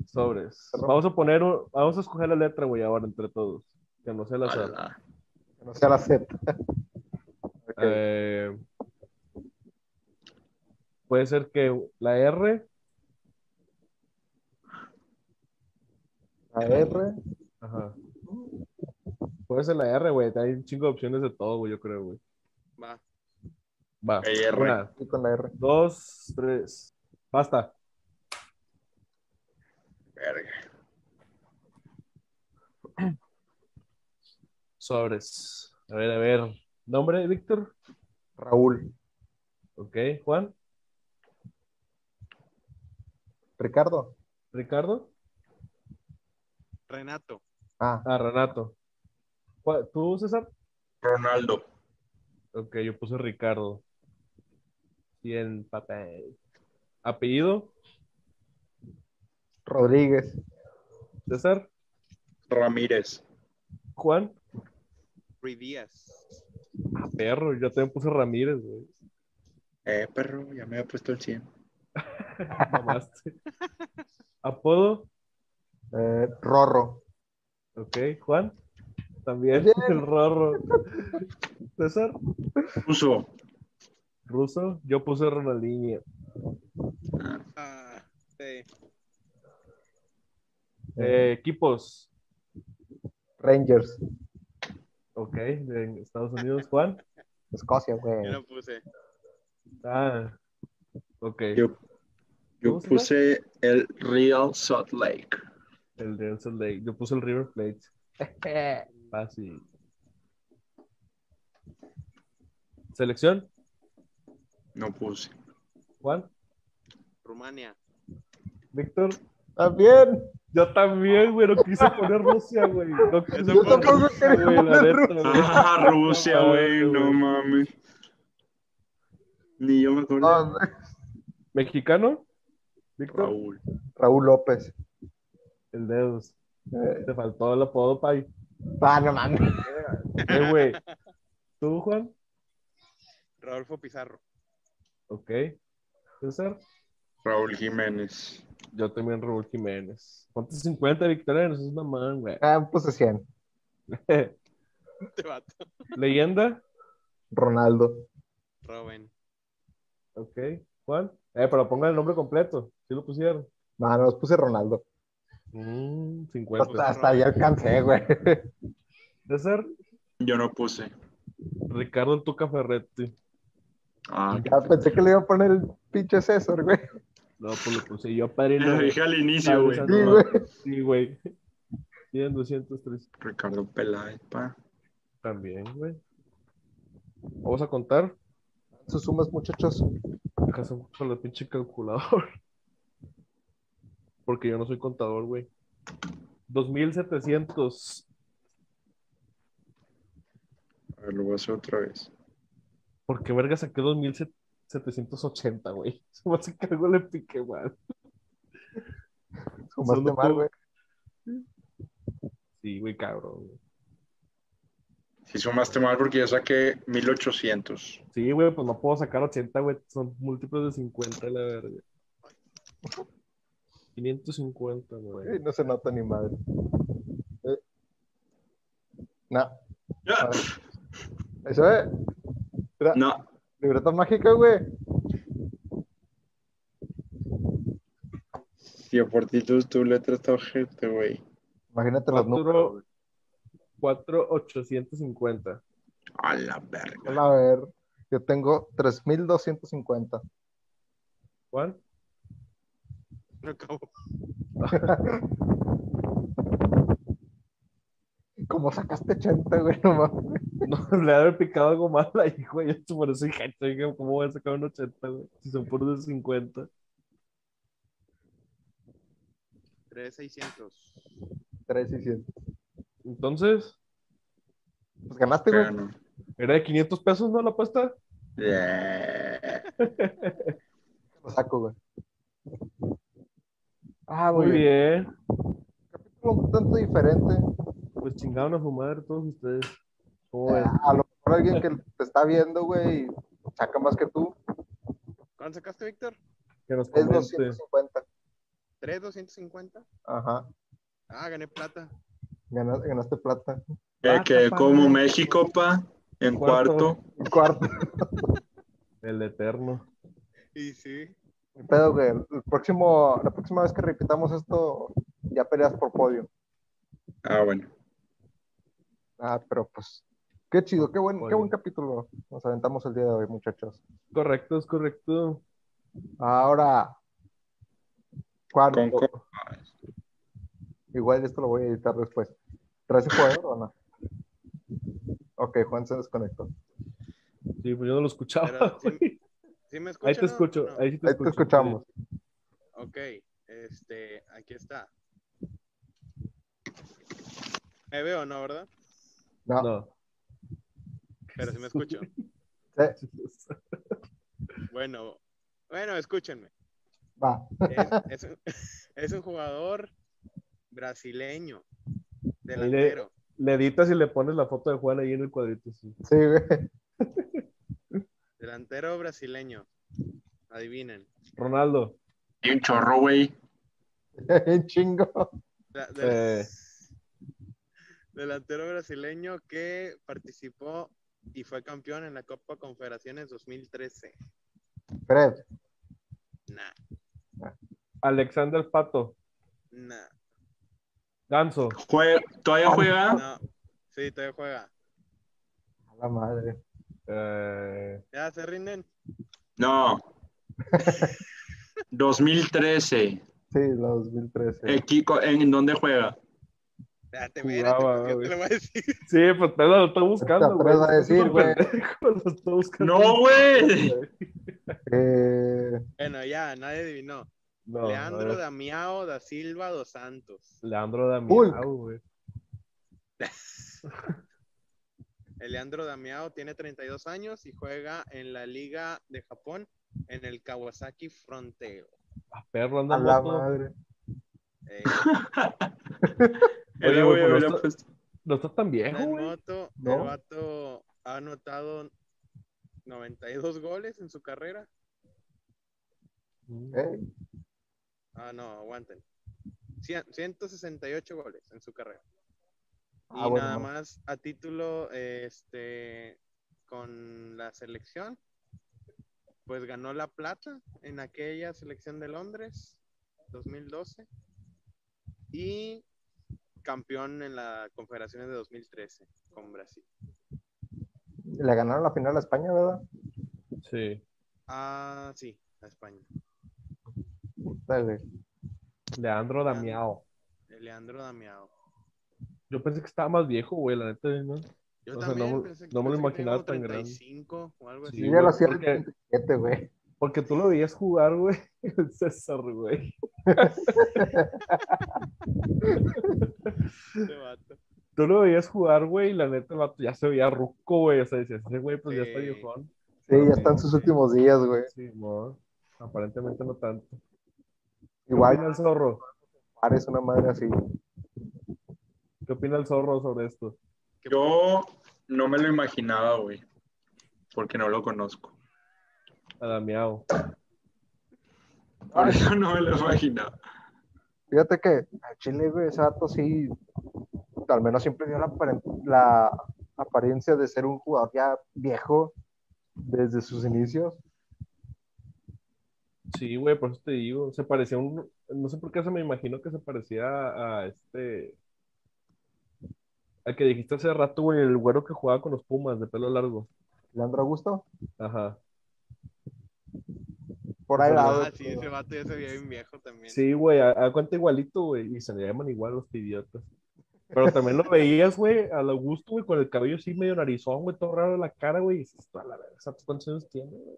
Sobres. Vamos a poner, un- vamos a escoger la letra, güey, ahora entre todos. Que no sea la azar. Ala. que No sea la Z. Ok. Eh, puede ser que la R, La R. ajá. Puede ser la R, güey. Hay un chingo de opciones de todo, güey, yo creo, güey. Va. Va. Ahí, R. Una, Y con la R. dos, tres. Basta. Verga. Sobres. A ver, a ver. Nombre, Víctor. Raúl. Ok. Juan, Ricardo. Ricardo. Renato. Ah, Ah, Renato. Ju- ¿Tú, César? Ronaldo. Ok, yo puse Ricardo. Y en papel. Apellido, Rodríguez. César. Ramírez. Juan. Rui Díaz. Ah, perro, yo también puse Ramírez, güey. Eh, perro, ya me había puesto el 100. Mamaste. Apodo, Eh, Rorro. ok, Juan. También Bien. el rorro. César, Ruso. ruso. Yo puse Ronaldinho. Ah, Ah, sí. Eh, equipos, Rangers. ok, de Estados Unidos, Juan. Escocia, güey. Yo lo puse. Ah, ok. Yo, ¿Cómo yo se llama? puse el Real Salt Lake. El Real Salt Lake. Yo puse el River Plate. Fácil. Selección, No puse. Juan, Rumania. Víctor. También. Yo también, güey, no quise poner Rusia, güey. No quise Yo poner tampoco Rusia, güey, la poner neta, güey. Ah, Rusia, güey, no güey. mames. Ni yo me acuerdo. No, ¿Mexicano? Víctor, Raúl. Raúl López. el dedos. Eh, Te faltó el apodo, Pai. ah, no mames. Eh, güey. ¿Tú, Juan? Rodolfo Pizarro. Ok. César, Raúl Jiménez. Yo también, Raúl Jiménez. Ponte 50 victorianos, es mamón, güey. Ah, puse 100. Este vato. Leyenda, Ronaldo. Robin. ok. Juan, eh, pero pongan el nombre completo. Si lo pusieron. No, no, puse Ronaldo. Mm, 50. Hasta, hasta ahí alcancé, güey. César, Yo no puse. Ricardo el Tuca Ferretti. Ah, Ya pensé que le iba a poner el pinche César, güey. No, pues lo puse yo, padrino. lo dije al inicio, güey. Sí, güey. Sí, güey. Tienen 203 Ricardo Peláez, pa. también, güey. Vamos a contar. Sus sumas, muchachos. Dejas un con la pinche calculador. Porque yo no soy contador, güey. 2700. A ver, lo voy a hacer otra vez. ¿Por qué verga saqué 2780, güey? Se me hace que algo le piqué mal. Sumaste Solo mal, tú. güey. Sí, güey, cabrón. güey. Si sumaste mal porque yo saqué 1800. Sí, güey, pues no puedo sacar 80, güey. Son múltiplos de 50, la verga. 550, güey. Ey, No se nota ni madre. Eh. No. Ya. Eso es. Mira, No, Libreta mágica, güey. si aportitos tu letra está ojete, güey. Imagínate los números. Cuatro- 4850. A la verga. A ver, yo tengo 3250. ¿Cuál? No acabo. Como sacaste 80, güey, no mames. No, le ha de haber picado algo mal ahí, güey. Esto por eso dije, "Ay, güey, ¿cómo voy a sacar un 80, güey? Si son puros de 50. 3600. 3600. Entonces, Pues ganaste, güey. Bueno. ¿era de 500 pesos, no, la apuesta? Yeah. Lo saco, güey. Ah, Muy bien. Un tanto diferente. Pues chingaron a su madre todos ustedes. ¿Cómo ven? pues, A lo mejor alguien que te está viendo, güey, y saca más que tú. ¿Cuánto sacaste, Víctor? Que nos Es comente. 250. 3250. Ajá. Ah, gané plata. Gana- Ganaste, plata. Eh, que pa. como México, pa, en Cuarto. cuarto. El cuarto. El eterno. Y sí. Ni pedo, güey. El próximo, la próxima vez que repitamos esto, ya peleas por podio. Ah, bueno. Ah, pero pues, qué chido, qué buen, Muy qué buen bien. capítulo nos aventamos el día de hoy, muchachos. Correcto, es correcto. Ahora, cuarto, Con, con- igual esto lo voy a editar después. ¿Traes el jugador o no? Ok, Juan se desconectó. Sí, pues yo no lo escuchaba, Pero sí- güey. ¿Sí me escuchan? Ahí te no? escucho, No. ahí sí te Ahí escucho. te escuchamos. Ok, este, aquí está. Me veo, ¿no? ¿Verdad? No, No. Pero sí me escucho. sí, Bueno, bueno, escúchenme. va. Es, es un, es un jugador brasileño, delantero. Le editas y le pones la foto de Juan ahí en el cuadrito. sí. Sí, güey. Delantero brasileño. Adivinen. Ronaldo. y un chorro, güey. Un chingo. Da- del- Eh. Delantero brasileño que participó y fue campeón en la Copa Confederaciones 2013. Fred, Nah, Alexander Pato. nah, Ganso. Jue- ¿Todavía juega? no. Sí, todavía juega. a la madre. Eh, Ya se rinden. No. 2013. Sí, la 2013. eh, Equipo- ¿En dónde juega? Espérate, Jugaba, espérate, pues, güey. yo te lo voy a decir. sí, pues te lo está buscando, Te güey. atreves a decir, güey. Lo está buscando. No, güey. Eh, Bueno, ya, nadie adivinó. No, Leandro no. Damiao da Silva dos Santos. Leandro Hulk. Damiao, güey. El Leandro Damiao tiene 32 años y juega en la Liga de Japón en el Kawasaki Fronteo. A perro anda a en la moto. madre. Eh, Oye, Eh, güey, güey, pero hubiera esto- puesto- No está tan viejo, en güey. moto, el No. vato ha anotado 92 goles en su carrera. ¿eh? Ah, no, aguanten. Cien- 168 goles en su carrera. Ah, y bueno, nada no. más a título este con la selección pues ganó la plata en aquella selección de Londres 2012 y campeón en la Confederaciones de 2013 con Brasil. Le ganaron la final a España, ¿verdad? Sí. Ah, sí, a España. Dale. Leandro Damiao. Leandro Damiao. Yo pensé que estaba más viejo, güey, la neta. ¿no? Yo O sea, también no- pensé que- no me lo pensé que tenía imaginaba como tan grande. 35 o algo Sí, Y así. ya lo güey, hacía el porque- 37, güey. Porque tú lo veías jugar, güey. El César, güey. este vato. Tú lo veías jugar, güey, y la neta el vato ya se veía ruco, güey. O sea, decías, ese güey, pues ya está Sí. viejón. Sí, ya está en sus últimos días, güey. Sí, no. Aparentemente no tanto. ¿Qué opina Igual el zorro? parece una madre así. ¿Qué opina el zorro sobre esto? Yo no me lo imaginaba, güey, porque no lo conozco. A Damiao. Por Ah. eso no me lo imaginaba. Fíjate que a Chile, güey, ese vato sí, al menos siempre dio la, aparen- la apariencia de ser un jugador ya viejo desde sus inicios. Sí, güey, por eso te digo. Se parecía a un. No sé por qué se me imagino que se parecía a, a este. Al que dijiste hace rato, güey, el güero que jugaba con los Pumas de pelo largo. Leandro Augusto, Ajá. por ahí va, Ah, güey. sí, ese vato ya se veía bien viejo también. Sí, güey, a, a cuenta igualito, güey, y se le llaman igual los idiotas. Pero también lo veías, güey, al Augusto, güey, con el cabello así medio narizón, güey, todo raro en la cara, güey, y dices, "A la verga, ¿sabes ¿cuántos años tiene, güey?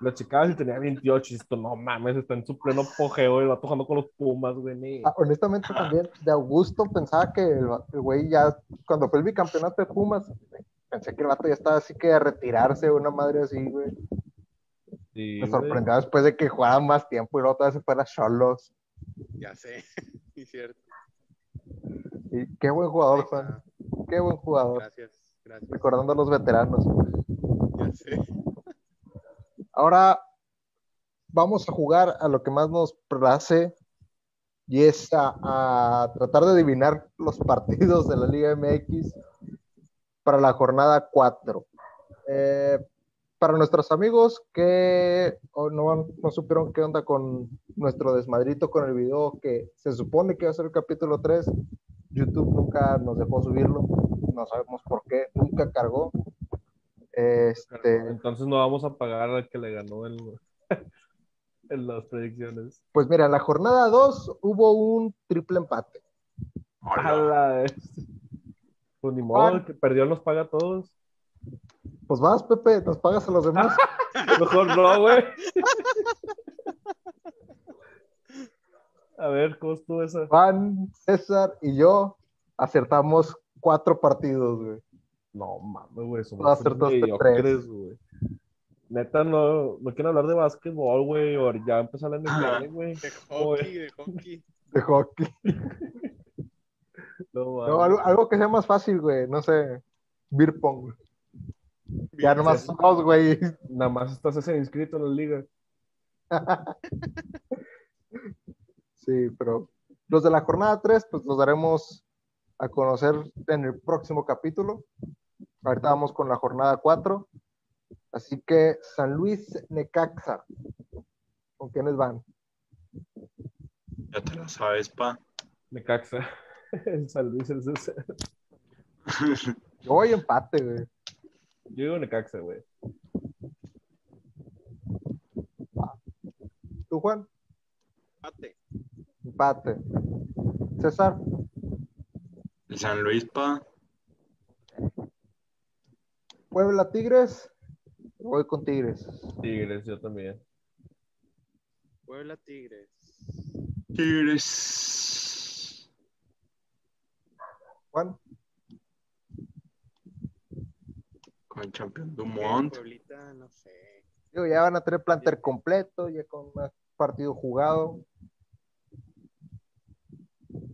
Lo checabas y tenía 28, y dices, tú, no mames, está en su pleno apogeo, y va tocando con los Pumas, güey, ni- Ah, honestamente también, de Augusto pensaba que el va- el güey ya, cuando fue el bicampeonato de Pumas, pensé que el vato ya estaba así que a retirarse, una madre así, güey. Sí, Me güey. sorprendió después de que jugara más tiempo y luego otra vez se fuera a Cholos. Ya sé, sí, cierto. Y qué buen jugador, Ahí Juan, está. qué buen jugador, Gracias, gracias. recordando a los veteranos. Ya sé. Ahora vamos a jugar a lo que más nos place y es a, a tratar de adivinar los partidos de la Liga MX para la jornada 4. para nuestros amigos que o no, no supieron qué onda con nuestro desmadrito con el video que se supone que va a ser el capítulo 3, YouTube nunca nos dejó subirlo, no sabemos por qué, nunca cargó. Este, Entonces no vamos a pagar al que le ganó el... en las predicciones. Pues mira, en la jornada 2 hubo un triple empate. A la vez. Pues ni modo, el que perdió los paga a todos. Pues vas, Pepe, nos pagas a los demás. Mejor no, güey. A ver, ¿cómo estuvo esa? Juan, César y yo acertamos cuatro partidos, güey. No mames, güey. Somos Tú acertaste unos mediocres, güey. Neta, no, no quiero hablar de básquetbol, güey. O ya empezó la NBA, güey. De hockey, de hockey. De hockey. No, No, mames. algo, algo que sea más fácil, güey. No sé. Beer pong, güey. Ya nomás dos, güey. Nada más estás ese inscrito en la liga. Sí, pero los de la jornada 3, pues los daremos a conocer en el próximo capítulo. Ahorita vamos con la jornada 4. Así que San Luis Necaxa. ¿Con quiénes van? Ya te la sabes, pa. Me caxa. El San Luis, el César. Yo voy empate, güey. Yo digo Necaxa, güey. ¿Tú, Juan? Empate. Empate. César, El San Luis, pa. Puebla, Tigres. Voy con Tigres. Tigres, yo también. Puebla Tigres. Tigres. Juan, Con campeón Eh, Dumont. Pueblita, no sé. digo, ya van a tener plantel completo, ya con más partido jugado.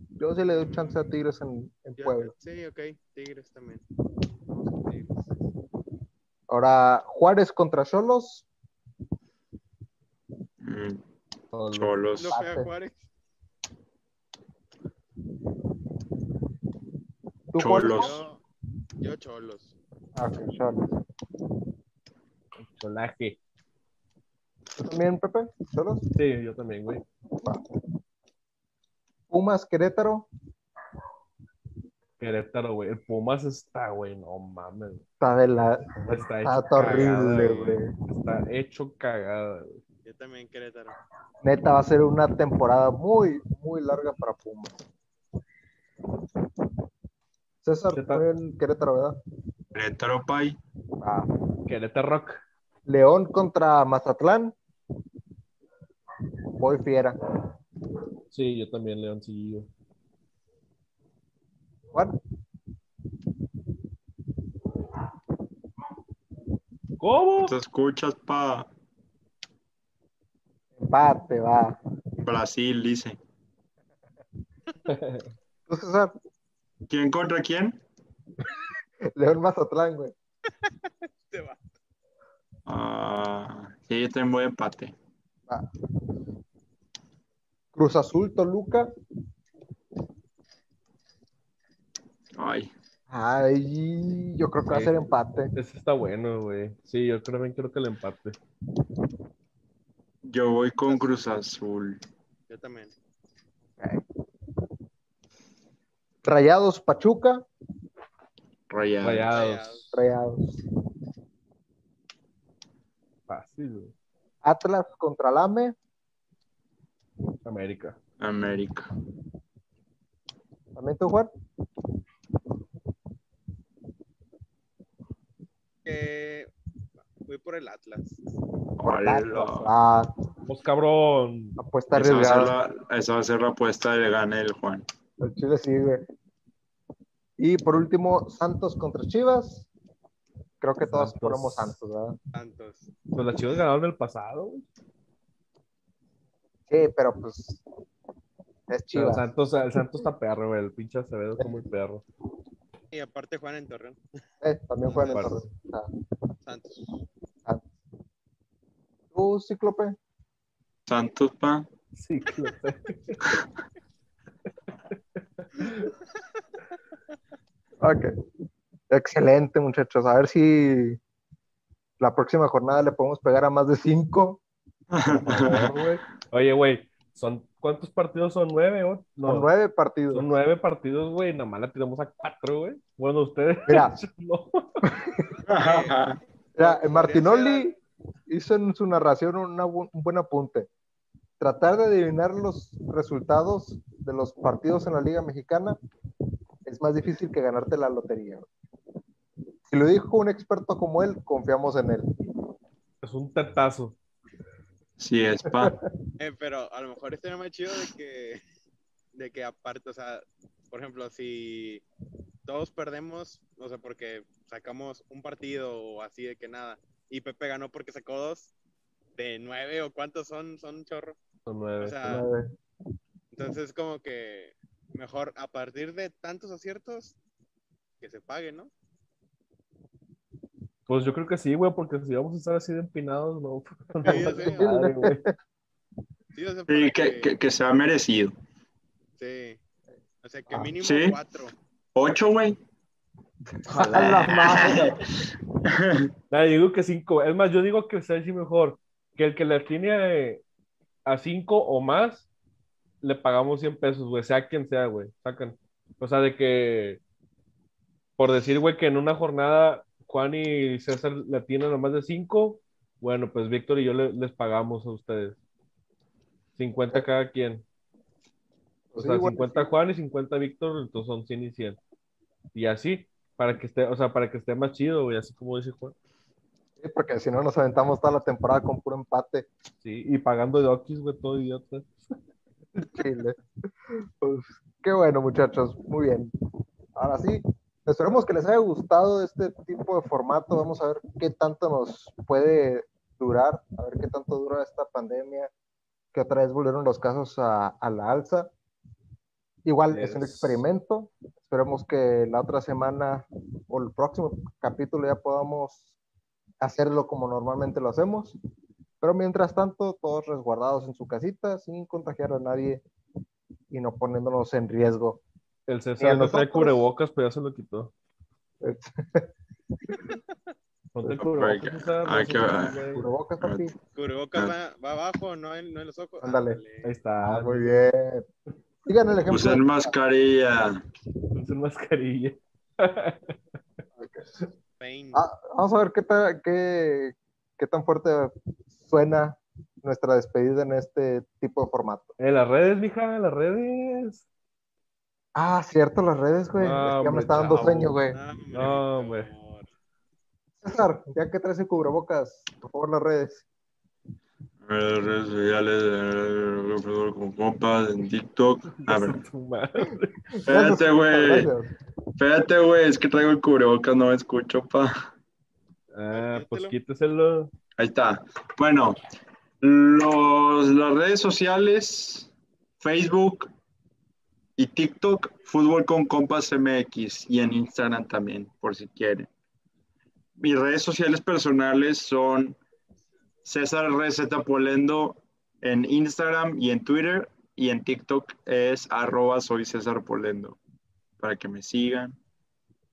Yo sí le doy chance a Tigres en, en Yo- Puebla. sí, ok. Tigres también. Vamos con Tigres. Ahora, Juárez contra Cholos. Mm, Cholos. Cholos. No juega Juárez. ¿Tú, Cholos. Jorge? Yo, yo Cholos. Ah, ok, Cholos. Cholaje. ¿Tú también, Pepe? ¿Cholos? Sí, yo también, güey. Pumas, Querétaro. Querétaro, güey. El Pumas está, güey. No mames. Está de la... Está hecho Ah, Está horrible, cagada, güey. Está hecho cagada, güey. Yo también Querétaro. Neta, va a ser una temporada muy, muy larga para Pumas. César, ¿Qué tal? fue en Querétaro, ¿verdad? Querétaro, pay. Ah, Querétaro Rock. León contra Mazatlán. Voy fiera. Sí, yo también, Leoncillo. Juan, ¿Cómo? ¿No ¿Te escuchas, pa? empate, va. Brasil, dice. Tú, César, ¿Quién contra quién? León Mazatlán, güey. Te va. Ah, sí, yo también voy a empate. Cruz Azul, Toluca. Ay, Ay, yo creo que va a ser empate. Ese está bueno, güey. Sí, yo también creo que el empate. yo voy con Cruz Azul. Yo también. Rayados, Pachuca. Rayado. Rayados. Rayados. Fácil, güey. Atlas contra Lame. América. América. También tú, Juan. Que voy por el Atlas. Hola. Ah, Pues cabrón. apuesta Esa va, a ser arriesgada. la, esa va a ser la apuesta de gane del Juan. El Chile sí, güey. Y por último, Santos contra Chivas. Creo que todos Santos. ponemos Santos, ¿verdad? Santos. Pues las chivas ganaron el pasado, güey. Sí, pero pues. Es Pero el Chivas. Santos, el Santos está perro, güey. El pinche Acevedo está muy perro. Y aparte Juan en Torreón. Eh, también juegan en Bueno. Torreón. Ah. Santos. ¿Tú, Cíclope? Santos, pa. Sí, claro. Ok. Excelente, muchachos. A ver si la próxima jornada le podemos pegar a más de cinco Por favor, güey. Oye, güey. ¿son, ¿Cuántos partidos son? ¿Nueve? o- No, o nueve partidos. Son nueve partidos, güey. Nada más la tiramos a cuatro, güey. Bueno, ustedes. Mira. No. Mira, eh, Podría Martinoli hizo en su narración una bu- un buen apunte. Tratar de adivinar los resultados de los partidos en la Liga Mexicana es más difícil que ganarte la lotería. güey. Si lo dijo un experto como él, confiamos en él. Es un tetazo. Sí, es pa. Eh, pero a lo mejor estaría más chido de que, de que aparte, o sea, por ejemplo, si todos perdemos, o sea, porque sacamos un partido o así de que nada, y Pepe ganó porque sacó dos de nueve o cuántos son, son un chorro. Son nueve. O sea, Entonces, como que mejor a partir de tantos aciertos, que se pague, ¿no? Pues yo creo que sí, güey, porque si vamos a estar así de empinados, no. Sí, yo sé. Madre, güey. Sí, o sea, para Sí, que, que, que sea merecido. sí. O sea, que Ah, mínimo ¿sí? cuatro. Ocho, güey. A la madre. Nah, yo digo que cinco. Es más, yo digo que sea así mejor. Que el que le tiene a cinco o más, le pagamos 100 pesos, güey, sea quien sea, güey. Sacan. O sea, de que. Por decir, güey, que en una jornada Juan y César le tienen a más de cinco, bueno, pues Víctor y yo le- les pagamos a ustedes. 50 cada quien. O Pues Sí, sea, bueno, 50 Juan y 50 Víctor, entonces son 100 y 100. Y así, para que esté, o sea, para que esté más chido, güey, así como dice Juan. sí, porque si no nos aventamos toda la temporada con puro empate. Sí, y pagando doquis, güey, todo idiota. Chile. Pues, qué bueno, muchachos. Muy bien. Ahora sí, esperemos que les haya gustado este tipo de formato. Vamos a ver qué tanto nos puede durar, a ver qué tanto dura esta pandemia, que otra vez volvieron los casos a, a la alza. Igual es un Yes. experimento. Esperemos que la otra semana o el próximo capítulo ya podamos hacerlo como normalmente lo hacemos. Pero mientras tanto, todos resguardados en su casita, sin contagiar a nadie y no poniéndonos en riesgo. El Y a César no trae Eh, nosotros. cubrebocas, pero ya se lo quitó. Ponte el Ok, cubrebocas, César, no hay se que- preocupe. Ahí Cubrebocas, papi. Cubrebocas Ah. va, va abajo, no en, no en los ojos. Ándale. está. Ah, muy bien. Sigan el ejemplo. Usen mascarilla. Usen mascarilla. Pain. Ah, vamos a ver qué, ta- qué, qué tan fuerte suena nuestra despedida en este tipo de formato. En las redes, mija, en las redes. Ah, cierto, las redes, güey. Es que Ah, ya me hombre, está dando chavo. sueño, güey. Ah, hombre, no, Víctor. César, ya que traes el cubrebocas, por favor, las redes. Eh, redes sociales, eh, fútbol con compas, en TikTok. A ver, Tu madre. espérate, Gracias, güey. gracias. Espérate, güey. Es que traigo el cubrebocas, no me escucho, pa. Ah, pues Quítatelo. quíteselo. Ahí está. Bueno, los, las redes sociales, Facebook y TikTok, Fútbol con Compas MX y en Instagram también, por si quieren. Mis redes sociales personales son César RZ Polendo en Instagram y en Twitter y en TikTok es arroba soy César Polendo para que me sigan.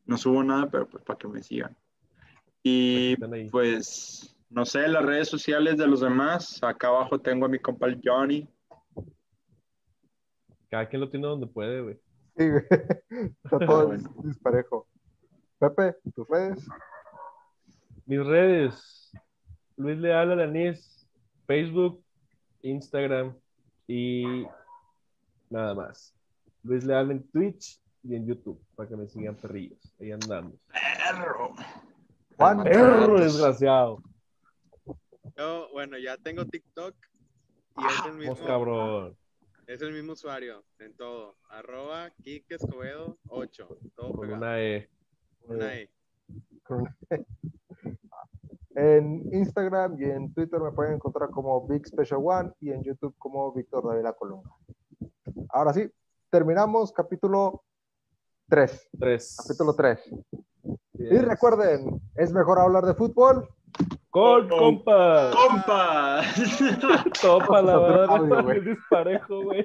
No subo nada, pero pues para que me sigan. Y Están ahí. pues, no sé, las redes sociales de los demás. Acá abajo tengo a mi compa el Johnny. Cada quien lo tiene donde puede, güey. Sí, güey. Está todo Bueno. disparejo. Pepe, tus redes. Mis redes, Luis Leal Alanís, Facebook, Instagram y nada más. Luis Leal en Twitch y en YouTube, para que me sigan perrillos. Ahí andamos. Perro. Juan, Perro desgraciado. Yo, bueno, ya tengo TikTok y es el mismo. Vamos, Ah, cabrón. Es el mismo usuario en todo. Arroba Kike Escobedo 8. Todo Con pegado. una E. Una E. En Instagram y en Twitter me pueden encontrar como Big Special One y en YouTube como Víctor David La Colunga. Ahora sí, terminamos capítulo 3. Tres. Capítulo 3. Y Yes. recuerden, es mejor hablar de fútbol. Con compa. ¡Compa! Topa la Otro verdad. audio, güey. Es disparejo, güey.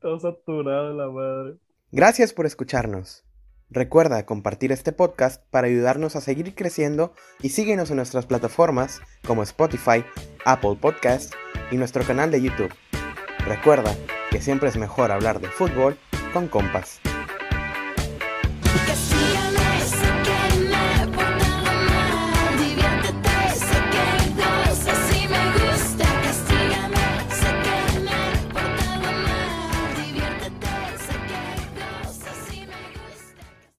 Todo saturado la madre. Gracias por escucharnos. Recuerda compartir este podcast para ayudarnos a seguir creciendo y síguenos en nuestras plataformas como Spotify, Apple Podcast y nuestro canal de YouTube. Recuerda que siempre es mejor hablar de fútbol con compas.